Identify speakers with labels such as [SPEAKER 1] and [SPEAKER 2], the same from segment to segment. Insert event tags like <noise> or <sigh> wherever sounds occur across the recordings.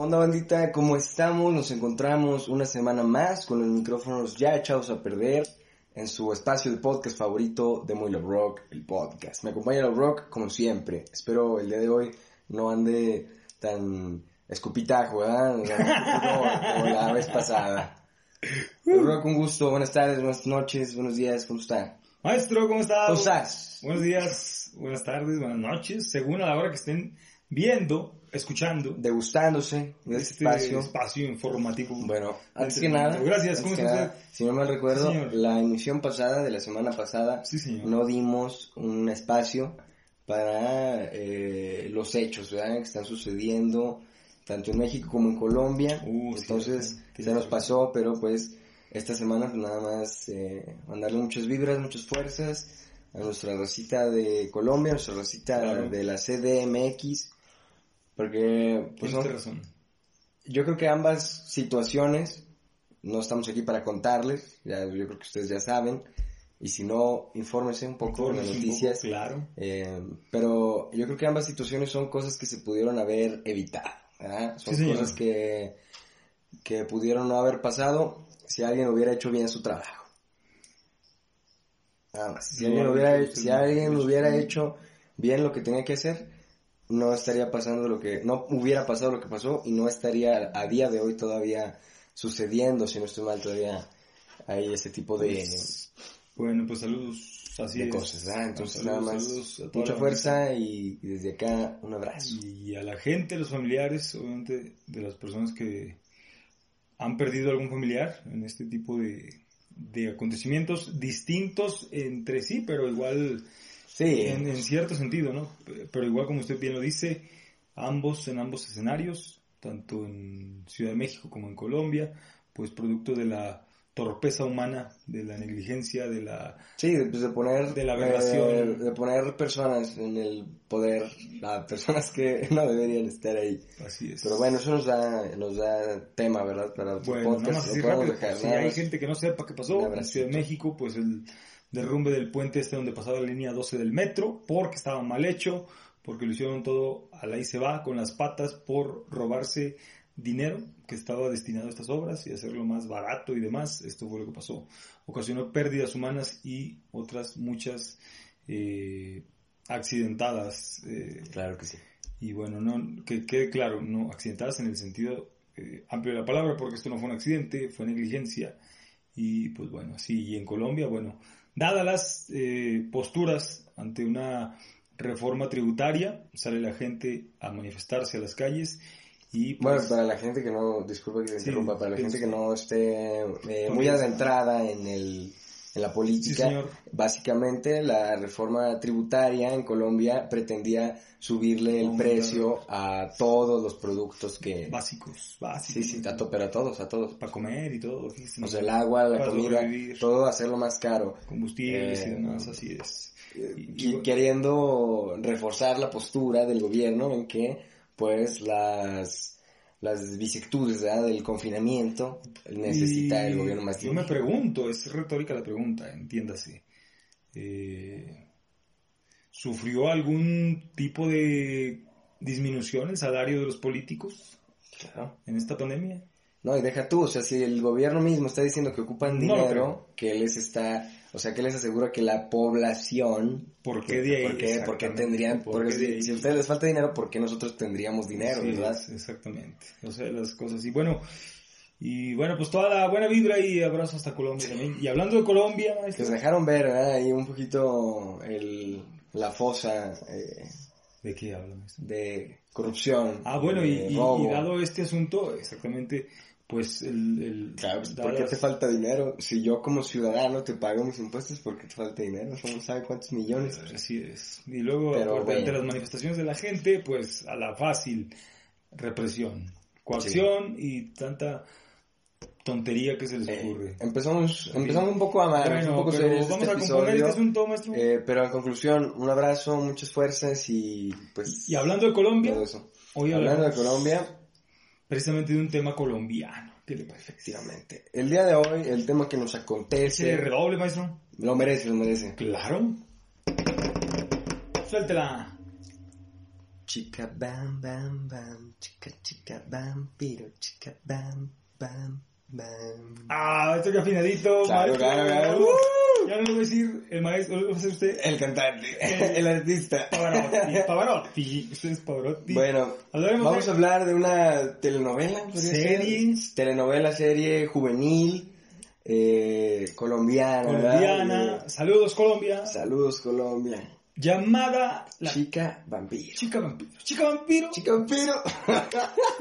[SPEAKER 1] Onda bandita, ¿cómo estamos? Nos encontramos una semana más con los micrófonos ya echados a perder en su espacio de podcast favorito de Muy Love Rock, el podcast. Me acompaña Love Rock como siempre. Espero el día de hoy no ande tan escupitajo, ¿verdad? O sea, <laughs> como, como la vez pasada. Love Rock, un gusto. Buenas tardes, buenas noches, buenos días. ¿Cómo está?
[SPEAKER 2] Maestro, ¿cómo estás?
[SPEAKER 1] ¿Cómo estás?
[SPEAKER 2] Buenos días, buenas tardes, buenas noches, según a la hora que estén viendo, escuchando
[SPEAKER 1] Degustándose en este espacio.
[SPEAKER 2] informativo.
[SPEAKER 1] Bueno, antes que nada, antes
[SPEAKER 2] Gracias, ¿cómo
[SPEAKER 1] que
[SPEAKER 2] está
[SPEAKER 1] nada,
[SPEAKER 2] usted?
[SPEAKER 1] si no mal recuerdo,
[SPEAKER 2] Señor.
[SPEAKER 1] la emisión pasada de la semana pasada
[SPEAKER 2] Sí, señor.
[SPEAKER 1] no dimos un espacio para eh, los hechos ¿verdad? que están sucediendo tanto en México como en Colombia.
[SPEAKER 2] Uh, sí,
[SPEAKER 1] Entonces
[SPEAKER 2] sí, sí.
[SPEAKER 1] se nos pasó, pero pues esta semana pues, nada más eh, mandarle muchas vibras, muchas fuerzas a nuestra racita de Colombia, a nuestra racita
[SPEAKER 2] Claro.
[SPEAKER 1] de la CDMX, porque pues,
[SPEAKER 2] Tienes
[SPEAKER 1] son-
[SPEAKER 2] razón.
[SPEAKER 1] yo creo que ambas situaciones, no estamos aquí para contarles, ya- yo creo que ustedes ya saben, y si no, infórmense un poco de las
[SPEAKER 2] Informes un
[SPEAKER 1] noticias.
[SPEAKER 2] poco, claro.
[SPEAKER 1] Eh, pero yo creo que ambas situaciones son cosas que se pudieron haber evitado, ¿verdad? Son
[SPEAKER 2] Sí, señor.
[SPEAKER 1] cosas que, que pudieron no haber pasado si alguien hubiera hecho bien su trabajo. Nada más. Si
[SPEAKER 2] No,
[SPEAKER 1] alguien
[SPEAKER 2] no,
[SPEAKER 1] hubiera,
[SPEAKER 2] no,
[SPEAKER 1] si
[SPEAKER 2] no,
[SPEAKER 1] alguien
[SPEAKER 2] no,
[SPEAKER 1] hubiera
[SPEAKER 2] no.
[SPEAKER 1] hecho bien lo que tenía que hacer, no estaría pasando lo que, no hubiera pasado lo que pasó y no estaría a día de hoy todavía sucediendo, si no estoy mal todavía, hay ese tipo de,
[SPEAKER 2] Bueno, pues saludos, así
[SPEAKER 1] de
[SPEAKER 2] es. Ah,
[SPEAKER 1] cosas, ¿verdad? Entonces
[SPEAKER 2] Saludos,
[SPEAKER 1] nada más,
[SPEAKER 2] saludos a toda
[SPEAKER 1] mucha
[SPEAKER 2] la
[SPEAKER 1] fuerza y, y desde acá un abrazo.
[SPEAKER 2] Y a la gente, los familiares, obviamente, de las personas que han perdido algún familiar en este tipo de, de acontecimientos distintos entre sí, pero igual
[SPEAKER 1] Sí,
[SPEAKER 2] en, en cierto sentido, ¿no? P- Pero igual como usted bien lo dice, ambos en ambos escenarios, tanto en Ciudad de México como en Colombia, pues producto de la torpeza humana, de la negligencia, de la
[SPEAKER 1] sí, de, pues de poner
[SPEAKER 2] de la aberración.
[SPEAKER 1] eh, de poner personas en el poder, a personas que <laughs> no deberían estar ahí.
[SPEAKER 2] así es.
[SPEAKER 1] Pero bueno, eso nos da nos da tema, ¿verdad? Para otro
[SPEAKER 2] Bueno, nada más
[SPEAKER 1] lo
[SPEAKER 2] así
[SPEAKER 1] podemos
[SPEAKER 2] rápido,
[SPEAKER 1] dejar,
[SPEAKER 2] si
[SPEAKER 1] nada
[SPEAKER 2] hay
[SPEAKER 1] más.
[SPEAKER 2] gente que no sepa qué
[SPEAKER 1] Un
[SPEAKER 2] pasó, en
[SPEAKER 1] abracito.
[SPEAKER 2] Ciudad de México, pues el derrumbe del puente este donde pasaba la línea 12 del metro, porque estaba mal hecho, porque lo hicieron todo a la y se va con las patas por robarse dinero que estaba destinado a estas obras y hacerlo más barato y demás. Esto fue lo que pasó. Ocasionó pérdidas humanas y otras muchas eh, accidentadas. eh,
[SPEAKER 1] Claro que sí.
[SPEAKER 2] y bueno, no, que quede claro, no accidentadas en el sentido eh, amplio de la palabra, porque esto no fue un accidente, fue negligencia. Y pues bueno, sí, y en Colombia, bueno, dadas las eh, posturas ante una reforma tributaria, sale la gente a manifestarse a las calles y
[SPEAKER 1] Bueno,
[SPEAKER 2] pues,
[SPEAKER 1] para la gente que no, disculpa que te
[SPEAKER 2] Sí,
[SPEAKER 1] interrumpa, para la gente
[SPEAKER 2] sí.
[SPEAKER 1] que no esté eh, muy
[SPEAKER 2] Comienza.
[SPEAKER 1] adentrada en el en la política,
[SPEAKER 2] Sí, señor.
[SPEAKER 1] básicamente la reforma tributaria en Colombia pretendía subirle el
[SPEAKER 2] Hombre.
[SPEAKER 1] precio a todos los productos que
[SPEAKER 2] básicos,
[SPEAKER 1] sí,
[SPEAKER 2] básicos.
[SPEAKER 1] sí, a to- pero a todos, a todos.
[SPEAKER 2] Para comer y todo, fíjense,
[SPEAKER 1] O sea, el agua, la
[SPEAKER 2] Para
[SPEAKER 1] comida,
[SPEAKER 2] sobrevivir.
[SPEAKER 1] todo hacerlo más caro.
[SPEAKER 2] combustibles
[SPEAKER 1] eh,
[SPEAKER 2] y demás, así es. Y- y
[SPEAKER 1] qui-
[SPEAKER 2] bueno,
[SPEAKER 1] queriendo reforzar la postura del gobierno en que pues las las vicitudes ¿verdad? del confinamiento necesita
[SPEAKER 2] Y
[SPEAKER 1] el gobierno más
[SPEAKER 2] Yo me
[SPEAKER 1] dinero.
[SPEAKER 2] pregunto, es retórica la pregunta, entiéndase. Eh, ¿Sufrió algún tipo de disminución el salario de los políticos
[SPEAKER 1] Claro.
[SPEAKER 2] en esta pandemia?
[SPEAKER 1] No, y deja tú, o sea, si el gobierno mismo está diciendo que ocupan
[SPEAKER 2] No lo
[SPEAKER 1] dinero,
[SPEAKER 2] creo.
[SPEAKER 1] que les está, o sea, que les asegura que la población
[SPEAKER 2] ¿Por qué de ahí?
[SPEAKER 1] ¿Por qué, ¿Por qué
[SPEAKER 2] Exactamente.
[SPEAKER 1] tendrían?
[SPEAKER 2] ¿Por
[SPEAKER 1] porque
[SPEAKER 2] qué de
[SPEAKER 1] si,
[SPEAKER 2] ahí?
[SPEAKER 1] si a ustedes les falta dinero, ¿por qué nosotros tendríamos dinero,
[SPEAKER 2] Así
[SPEAKER 1] verdad?
[SPEAKER 2] es, exactamente. O sea, las cosas. Y bueno, y bueno, pues toda la buena vibra y abrazo hasta Colombia también. Y hablando de Colombia,
[SPEAKER 1] Que
[SPEAKER 2] maestro,
[SPEAKER 1] nos dejaron ver ¿verdad? ahí un poquito el, la fosa eh,
[SPEAKER 2] ¿de qué habla, maestro?
[SPEAKER 1] de corrupción.
[SPEAKER 2] Ah, bueno, y,
[SPEAKER 1] de
[SPEAKER 2] y- y
[SPEAKER 1] robo.
[SPEAKER 2] dado este asunto, exactamente, pues el... el
[SPEAKER 1] Claro, pues, ¿por qué
[SPEAKER 2] dadas-
[SPEAKER 1] te falta dinero? Si yo como ciudadano te pago mis impuestos, ¿por qué te falta dinero? No sabe cuántos millones.
[SPEAKER 2] Así es. Y luego,
[SPEAKER 1] Pero
[SPEAKER 2] aparte,
[SPEAKER 1] bueno.
[SPEAKER 2] ante las manifestaciones de la gente, pues a la fácil represión. coacción y tanta tontería que se les
[SPEAKER 1] Eh,
[SPEAKER 2] ocurre.
[SPEAKER 1] empezamos, empezamos un poco amargos,
[SPEAKER 2] Bueno,
[SPEAKER 1] un poco
[SPEAKER 2] pero
[SPEAKER 1] serios
[SPEAKER 2] vamos
[SPEAKER 1] este
[SPEAKER 2] a componer
[SPEAKER 1] episodio.
[SPEAKER 2] este asunto, maestro.
[SPEAKER 1] Eh, pero en conclusión, un abrazo, muchas fuerzas y pues
[SPEAKER 2] y hablando de Colombia,
[SPEAKER 1] todo eso.
[SPEAKER 2] hoy
[SPEAKER 1] Hablando de
[SPEAKER 2] hablamos
[SPEAKER 1] Colombia,
[SPEAKER 2] precisamente de un tema colombiano. Que le parece?
[SPEAKER 1] efectivamente. El día de hoy, el tema que nos
[SPEAKER 2] ¿Ese
[SPEAKER 1] acontece,
[SPEAKER 2] redoble, maestro?
[SPEAKER 1] lo merece, lo merece.
[SPEAKER 2] Claro. Suéltela.
[SPEAKER 1] Chica bam bam bam, chica chica bam, pero chica bam bam bam.
[SPEAKER 2] Ah, esto que afinadito,
[SPEAKER 1] Claro,
[SPEAKER 2] maestro. Uh,
[SPEAKER 1] claro, claro.
[SPEAKER 2] Ya no le voy a decir el maestro, lo va a hacer usted.
[SPEAKER 1] El cantante, <laughs> el artista.
[SPEAKER 2] Pavarotti, Pavarotti. Usted es Pavarotti.
[SPEAKER 1] Bueno,
[SPEAKER 2] Hablaremos
[SPEAKER 1] vamos
[SPEAKER 2] de-
[SPEAKER 1] a hablar de una telenovela, podría ser.
[SPEAKER 2] Serie.
[SPEAKER 1] telenovela, serie juvenil, eh, colombiana. ¿verdad?
[SPEAKER 2] Colombiana. Saludos, Colombia.
[SPEAKER 1] Eh, Saludos Colombia.
[SPEAKER 2] Llamada la
[SPEAKER 1] Chica vampiro.
[SPEAKER 2] Chica Vampiro. Chica Vampiro.
[SPEAKER 1] Chica vampiro. <laughs>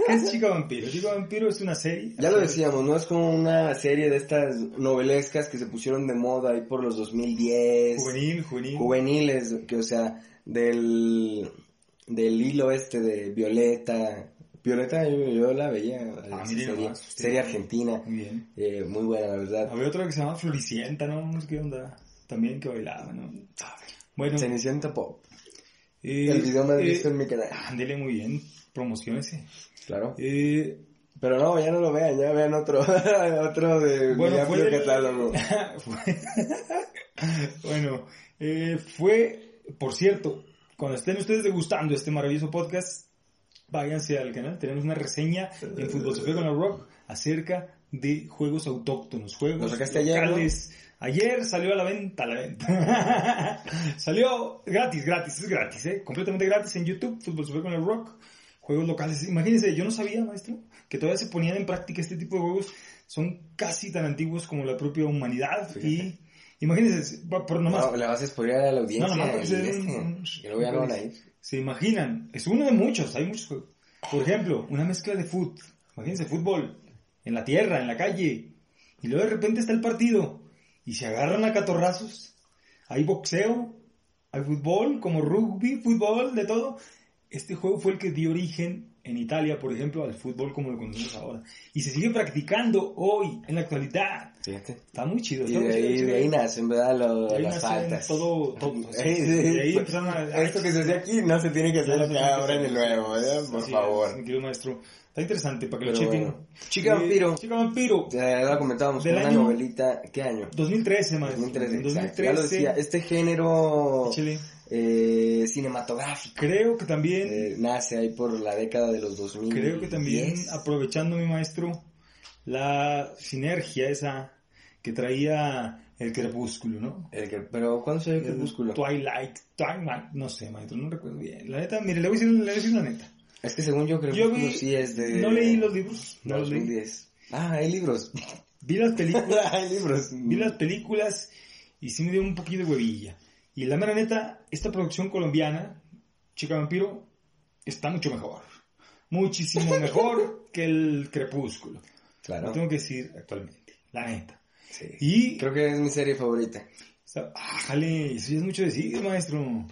[SPEAKER 2] ¿Qué es Chica Vampiro? Chica Vampiro es una serie.
[SPEAKER 1] ya lo decíamos, ¿no? Es como una serie de estas novelescas que se pusieron de moda ahí por los 2010.
[SPEAKER 2] Juvenil, juvenil.
[SPEAKER 1] juveniles, que o sea, del, del hilo este de Violeta. Violeta yo, yo la veía,
[SPEAKER 2] Ah,
[SPEAKER 1] esa
[SPEAKER 2] mire
[SPEAKER 1] serie,
[SPEAKER 2] nomás, usted.
[SPEAKER 1] serie argentina,
[SPEAKER 2] Muy bien.
[SPEAKER 1] eh, muy buena la verdad.
[SPEAKER 2] Había otra que se llamaba Floricienta, ¿no? No sé qué onda. También que bailaba, ¿no? Bueno.
[SPEAKER 1] Cenicienta Pop,
[SPEAKER 2] eh,
[SPEAKER 1] el video más
[SPEAKER 2] eh,
[SPEAKER 1] visto en mi canal, Ah,
[SPEAKER 2] Ándele muy bien. Promocionese.
[SPEAKER 1] claro.
[SPEAKER 2] Eh,
[SPEAKER 1] Pero no, ya no lo vean, ya vean otro, <laughs> otro de mi
[SPEAKER 2] Bueno, fue
[SPEAKER 1] amplio
[SPEAKER 2] el- <laughs>
[SPEAKER 1] catálogo.
[SPEAKER 2] Fue- <laughs> bueno, eh, fue, por cierto, cuando estén ustedes degustando este maravilloso podcast, váyanse al canal. Tenemos una reseña en Fútbol Sofía con la Rock acerca de juegos autóctonos, juegos
[SPEAKER 1] Lo sacaste ayer,
[SPEAKER 2] locales. Ayer salió a la venta, a la venta. <laughs> salió gratis, gratis, es gratis, ¿eh? completamente gratis en YouTube, Fútbol Sofía con la Rock. Juegos locales. Imagínense, yo no sabía, maestro, que todavía se ponían en práctica este tipo de juegos. Son casi tan antiguos como la propia humanidad. Y imagínense, va- pero nomás,
[SPEAKER 1] No, le vas a spoilear a la audiencia.
[SPEAKER 2] No, nomás
[SPEAKER 1] y
[SPEAKER 2] porque se-
[SPEAKER 1] este, que luego ya no van a ir.
[SPEAKER 2] se imaginan. Es uno de muchos, hay muchos juegos. Por ejemplo, una mezcla de fútbol. Imagínense, fútbol. En la tierra, en la calle. Y luego de repente está el partido. Y se agarran a catorrazos. Hay boxeo. Hay fútbol, como rugby, fútbol, de todo. Este juego fue el que dio origen en Italia, por ejemplo, al fútbol como lo conocemos ahora. Y se sigue practicando hoy, en la actualidad.
[SPEAKER 1] Fíjate.
[SPEAKER 2] Está muy chido.
[SPEAKER 1] Y
[SPEAKER 2] está muy
[SPEAKER 1] de
[SPEAKER 2] chido,
[SPEAKER 1] ahí,
[SPEAKER 2] chido.
[SPEAKER 1] de ahí nacen, ¿verdad? Lo-
[SPEAKER 2] Y ahí
[SPEAKER 1] las
[SPEAKER 2] nació en
[SPEAKER 1] faltas.
[SPEAKER 2] Todo, todo.
[SPEAKER 1] Sí, sí, sí.
[SPEAKER 2] Y ahí empezaron a...
[SPEAKER 1] Esto que se hace aquí no se tiene que hacer
[SPEAKER 2] Claro,
[SPEAKER 1] acá
[SPEAKER 2] sí,
[SPEAKER 1] ahora
[SPEAKER 2] sí,
[SPEAKER 1] en el
[SPEAKER 2] sí.
[SPEAKER 1] nuevo, ¿verdad? Por
[SPEAKER 2] Así es,
[SPEAKER 1] favor.
[SPEAKER 2] mi querido maestro. Está interesante para que lo
[SPEAKER 1] Pero
[SPEAKER 2] chequen. Eh,
[SPEAKER 1] bueno. Chica Vampiro.
[SPEAKER 2] Chica Vampiro.
[SPEAKER 1] Ya lo comentábamos,
[SPEAKER 2] Del
[SPEAKER 1] una
[SPEAKER 2] año-
[SPEAKER 1] novelita, ¿qué año?
[SPEAKER 2] 2013, maestro.
[SPEAKER 1] 2013,
[SPEAKER 2] En
[SPEAKER 1] exacto. Ya lo
[SPEAKER 2] 2013,
[SPEAKER 1] decía, este género
[SPEAKER 2] Chile.
[SPEAKER 1] eh, cinematográfico
[SPEAKER 2] Creo que también,
[SPEAKER 1] eh, nace ahí por la década de los 2000.
[SPEAKER 2] creo que también, aprovechando mi maestro, la sinergia esa que traía el crepúsculo, ¿no?
[SPEAKER 1] El que- pero ¿cuándo salió el crepúsculo?
[SPEAKER 2] Twilight, Twilight, no sé, maestro, no recuerdo bien. La neta, mire, le voy a decir, le voy a decir la neta.
[SPEAKER 1] Es que según yo,
[SPEAKER 2] Yo
[SPEAKER 1] crepúsculo
[SPEAKER 2] vi,
[SPEAKER 1] sí es de...
[SPEAKER 2] no leí los libros, no
[SPEAKER 1] de
[SPEAKER 2] los leí.
[SPEAKER 1] 2010. Ah, hay libros.
[SPEAKER 2] Vi las <laughs> películas.
[SPEAKER 1] <laughs> hay libros.
[SPEAKER 2] Vi las películas y sí me dio un poquito de huevilla. Y la mera neta, esta producción colombiana, Chica Vampiro, está mucho mejor.
[SPEAKER 1] <laughs>
[SPEAKER 2] Muchísimo mejor que el Crepúsculo. Lo
[SPEAKER 1] Claro.
[SPEAKER 2] tengo que decir actualmente, la neta.
[SPEAKER 1] Sí.
[SPEAKER 2] Y...
[SPEAKER 1] Creo que es mi serie favorita.
[SPEAKER 2] está- ah, jale, eso ya es mucho decir, maestro.
[SPEAKER 1] Mm,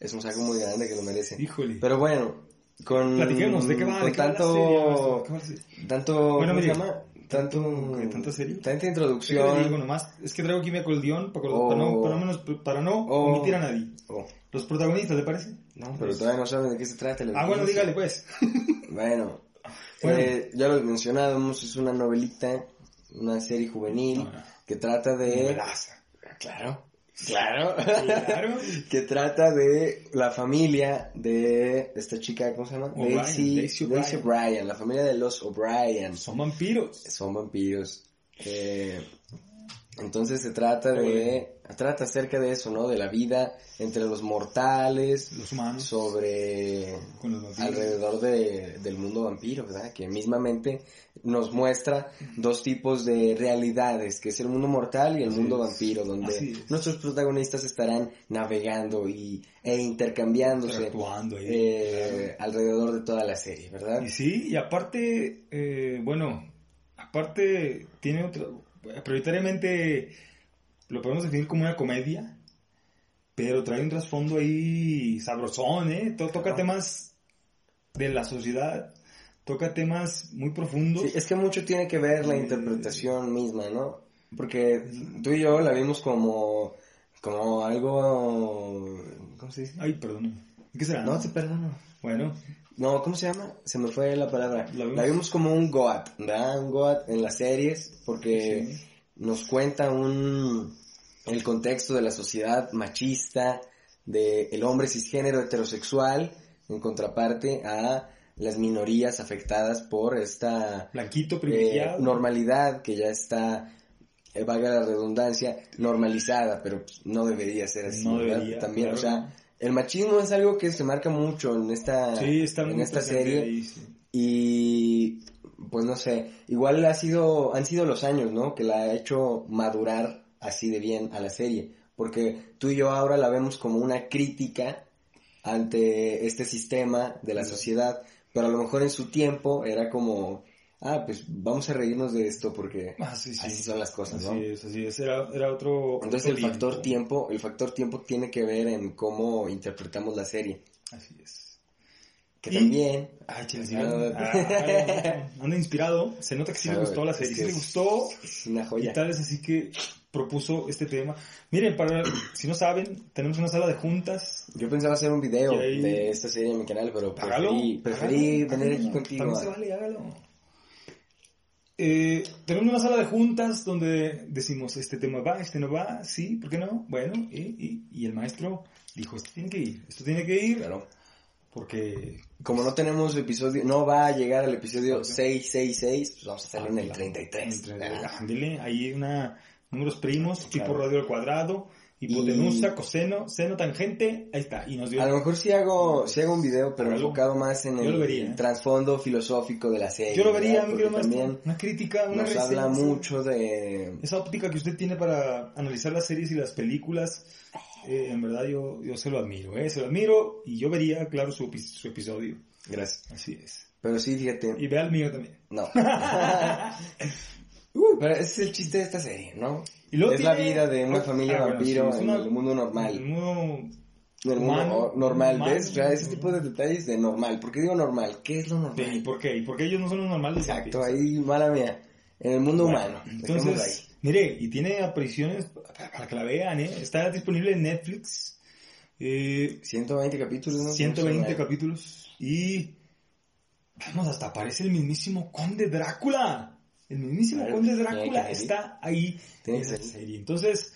[SPEAKER 1] Es un saco muy grande que lo merece.
[SPEAKER 2] Híjole.
[SPEAKER 1] Pero bueno, con...
[SPEAKER 2] Platiquemos, ¿de qué va?
[SPEAKER 1] con
[SPEAKER 2] ¿De qué va la
[SPEAKER 1] tanto...
[SPEAKER 2] serie, maestro? ¿De qué va la serie?
[SPEAKER 1] Tanto...
[SPEAKER 2] Bueno,
[SPEAKER 1] ¿Cómo se
[SPEAKER 2] mire.
[SPEAKER 1] llama? Tanto...
[SPEAKER 2] ¿Qué, tanta serie?
[SPEAKER 1] Tanta
[SPEAKER 2] ¿Qué le digo
[SPEAKER 1] introducción.
[SPEAKER 2] nomás? Es que traigo aquí mi acordeón para,
[SPEAKER 1] Oh.
[SPEAKER 2] para no, para menos- para no
[SPEAKER 1] Oh.
[SPEAKER 2] omitir a nadie.
[SPEAKER 1] Oh,
[SPEAKER 2] Los protagonistas, ¿le parece? Pues,
[SPEAKER 1] no, Oh, pero todavía no saben de qué se trata. la
[SPEAKER 2] Ah, bueno,
[SPEAKER 1] audiencia.
[SPEAKER 2] dígale
[SPEAKER 1] <laughs>
[SPEAKER 2] pues.
[SPEAKER 1] Bueno,
[SPEAKER 2] Bueno.
[SPEAKER 1] eh, ya lo mencionábamos, es una novelita, una serie juvenil
[SPEAKER 2] Ah.
[SPEAKER 1] que trata de...
[SPEAKER 2] Novelaza.
[SPEAKER 1] Claro, claro.
[SPEAKER 2] Claro.
[SPEAKER 1] <laughs> que trata de la familia de esta chica, ¿cómo se llama?
[SPEAKER 2] O'Brien, Daisy O'Brien.
[SPEAKER 1] Daisy O'Brien, la familia de los O'Brien.
[SPEAKER 2] <laughs> Son vampiros.
[SPEAKER 1] Son vampiros. Eh, entonces se trata de... Trata acerca de eso, ¿no? De la vida entre los mortales,
[SPEAKER 2] Los humanos.
[SPEAKER 1] sobre
[SPEAKER 2] con los vampiros.
[SPEAKER 1] alrededor de- del mundo vampiro, ¿verdad? Que mismamente nos muestra dos tipos de realidades, que es el mundo mortal y el
[SPEAKER 2] Así
[SPEAKER 1] mundo
[SPEAKER 2] es.
[SPEAKER 1] vampiro,
[SPEAKER 2] Así
[SPEAKER 1] donde
[SPEAKER 2] es.
[SPEAKER 1] nuestros protagonistas estarán navegando y, e intercambiándose
[SPEAKER 2] Interactuando ahí.
[SPEAKER 1] eh, alrededor de toda la serie, ¿verdad?
[SPEAKER 2] Y sí, y aparte, eh, bueno, aparte tiene otra, prioritariamente lo podemos definir como una comedia, pero trae un trasfondo ahí sabrosón, ¿eh? To- toca
[SPEAKER 1] Claro.
[SPEAKER 2] temas de la sociedad, toca temas muy profundos.
[SPEAKER 1] Sí, es que mucho tiene que ver
[SPEAKER 2] Mm.
[SPEAKER 1] la interpretación misma, ¿no? Porque tú y yo la vimos como, como algo... ¿Cómo se dice?
[SPEAKER 2] Ay, perdón. ¿Qué será?
[SPEAKER 1] No, te perdono.
[SPEAKER 2] Bueno,
[SPEAKER 1] No, ¿cómo se llama? Se me fue la palabra.
[SPEAKER 2] La
[SPEAKER 1] La
[SPEAKER 2] vimos.
[SPEAKER 1] vimos, como un Goat, ¿verdad? Un Goat en las series porque
[SPEAKER 2] Sí.
[SPEAKER 1] nos cuenta un el contexto de la sociedad machista de el hombre cisgénero heterosexual en contraparte a las minorías afectadas por esta
[SPEAKER 2] blanquito
[SPEAKER 1] eh,
[SPEAKER 2] privilegiado.
[SPEAKER 1] normalidad que ya está eh, valga la redundancia normalizada pero pues, no debería ser así
[SPEAKER 2] No
[SPEAKER 1] ¿verdad?
[SPEAKER 2] debería,
[SPEAKER 1] también o
[SPEAKER 2] claro.
[SPEAKER 1] sea el machismo es algo que se marca mucho en esta
[SPEAKER 2] sí, está
[SPEAKER 1] en
[SPEAKER 2] muy
[SPEAKER 1] esta
[SPEAKER 2] presente
[SPEAKER 1] serie
[SPEAKER 2] ahí, sí.
[SPEAKER 1] y pues no sé, igual ha sido, han sido los años, ¿no? Que la ha hecho madurar así de bien a la serie. Porque tú y yo ahora la vemos como una crítica ante este sistema de la sociedad. Pero a lo mejor en su tiempo era como, ah, pues vamos a reírnos de esto porque
[SPEAKER 2] Ah, sí, sí.
[SPEAKER 1] así son las cosas,
[SPEAKER 2] Así
[SPEAKER 1] ¿no?
[SPEAKER 2] es, así es. Era, era otro.
[SPEAKER 1] Entonces
[SPEAKER 2] otro
[SPEAKER 1] el factor tiempo, el factor tiempo tiene que ver en cómo interpretamos la serie.
[SPEAKER 2] Así es.
[SPEAKER 1] Que
[SPEAKER 2] Y-
[SPEAKER 1] también
[SPEAKER 2] Ay, chile, sí,
[SPEAKER 1] Ah, <laughs>
[SPEAKER 2] anda- ah, anda inspirado. Se nota que sí le
[SPEAKER 1] Claro,
[SPEAKER 2] gustó la
[SPEAKER 1] es
[SPEAKER 2] serie.
[SPEAKER 1] que
[SPEAKER 2] Sí le
[SPEAKER 1] es-
[SPEAKER 2] gustó.
[SPEAKER 1] es una
[SPEAKER 2] Y
[SPEAKER 1] joya.
[SPEAKER 2] tal es así que propuso este tema. Miren, para si no saben, tenemos una sala de juntas.
[SPEAKER 1] Yo pensaba hacer un video
[SPEAKER 2] Y ahí-
[SPEAKER 1] de esta serie en mi canal, pero
[SPEAKER 2] Hágalo.
[SPEAKER 1] preferí, preferí
[SPEAKER 2] hágalo,
[SPEAKER 1] venir
[SPEAKER 2] hágalo.
[SPEAKER 1] aquí contigo.
[SPEAKER 2] También se vale, hágalo. Eh, tenemos una sala de juntas donde decimos, este tema va, este no va, sí, ¿por qué no? Bueno, y, y- y el maestro dijo, esto tiene que ir, esto tiene que ir,
[SPEAKER 1] Claro.
[SPEAKER 2] porque
[SPEAKER 1] Como no tenemos episodio, no va a llegar el episodio
[SPEAKER 2] Ok.
[SPEAKER 1] 666, pues vamos a hacerlo en el
[SPEAKER 2] Ah,
[SPEAKER 1] 33.
[SPEAKER 2] entre-
[SPEAKER 1] Ah,
[SPEAKER 2] ándele, ahí una, números primos, tipo
[SPEAKER 1] Claro.
[SPEAKER 2] radio al cuadrado, hipotenusa, coseno, seno tangente, ahí está, y nos dio...
[SPEAKER 1] A lo mejor sí hago, sí hago un video, pero
[SPEAKER 2] Hágalo.
[SPEAKER 1] enfocado más en
[SPEAKER 2] Yo lo
[SPEAKER 1] el,
[SPEAKER 2] vería.
[SPEAKER 1] el trasfondo filosófico de la serie.
[SPEAKER 2] Yo lo vería,
[SPEAKER 1] ¿verdad?
[SPEAKER 2] mi
[SPEAKER 1] Porque
[SPEAKER 2] querido maestro,
[SPEAKER 1] también
[SPEAKER 2] una crítica, una
[SPEAKER 1] nos habla
[SPEAKER 2] reseña.
[SPEAKER 1] mucho de...
[SPEAKER 2] Esa óptica que usted tiene para analizar las series y las películas, eh, en verdad yo, yo se lo admiro, ¿eh? Se lo admiro y yo vería, claro, su, epi- su episodio.
[SPEAKER 1] Gracias.
[SPEAKER 2] Así es.
[SPEAKER 1] Pero sí, fíjate,
[SPEAKER 2] Y vea el mío también. <laughs>
[SPEAKER 1] no. Uh, pero ese es el chiste de esta serie, ¿no?
[SPEAKER 2] Y luego
[SPEAKER 1] es
[SPEAKER 2] tiene-
[SPEAKER 1] la vida de una
[SPEAKER 2] Ah,
[SPEAKER 1] familia
[SPEAKER 2] bueno,
[SPEAKER 1] vampiro
[SPEAKER 2] sí, es
[SPEAKER 1] en
[SPEAKER 2] una-
[SPEAKER 1] el mundo normal.
[SPEAKER 2] El mundo
[SPEAKER 1] Del mundo
[SPEAKER 2] Humano,
[SPEAKER 1] o- normal,
[SPEAKER 2] humano,
[SPEAKER 1] ¿ves? O sea, ese
[SPEAKER 2] ¿no?
[SPEAKER 1] tipo de detalles de normal. ¿Por qué digo normal? ¿Qué es lo
[SPEAKER 2] de- ¿Y
[SPEAKER 1] normal?
[SPEAKER 2] por qué? ¿Y por qué ellos no son los normales?
[SPEAKER 1] Exacto, ahí, mala mía. En el mundo humano. Dejémoslo ahí.
[SPEAKER 2] Entonces, mire, y tiene apariciones para para que la vean, ¿eh? Está disponible en Netflix. Eh,
[SPEAKER 1] 120 capítulos, ¿no?
[SPEAKER 2] 120
[SPEAKER 1] Son-
[SPEAKER 2] capítulos y vamos hasta aparece el mismísimo Conde Drácula el mismísimo
[SPEAKER 1] Claro,
[SPEAKER 2] Conde
[SPEAKER 1] tiene
[SPEAKER 2] Drácula
[SPEAKER 1] que salir.
[SPEAKER 2] está ahí en
[SPEAKER 1] Tiene que
[SPEAKER 2] esa
[SPEAKER 1] salir.
[SPEAKER 2] serie entonces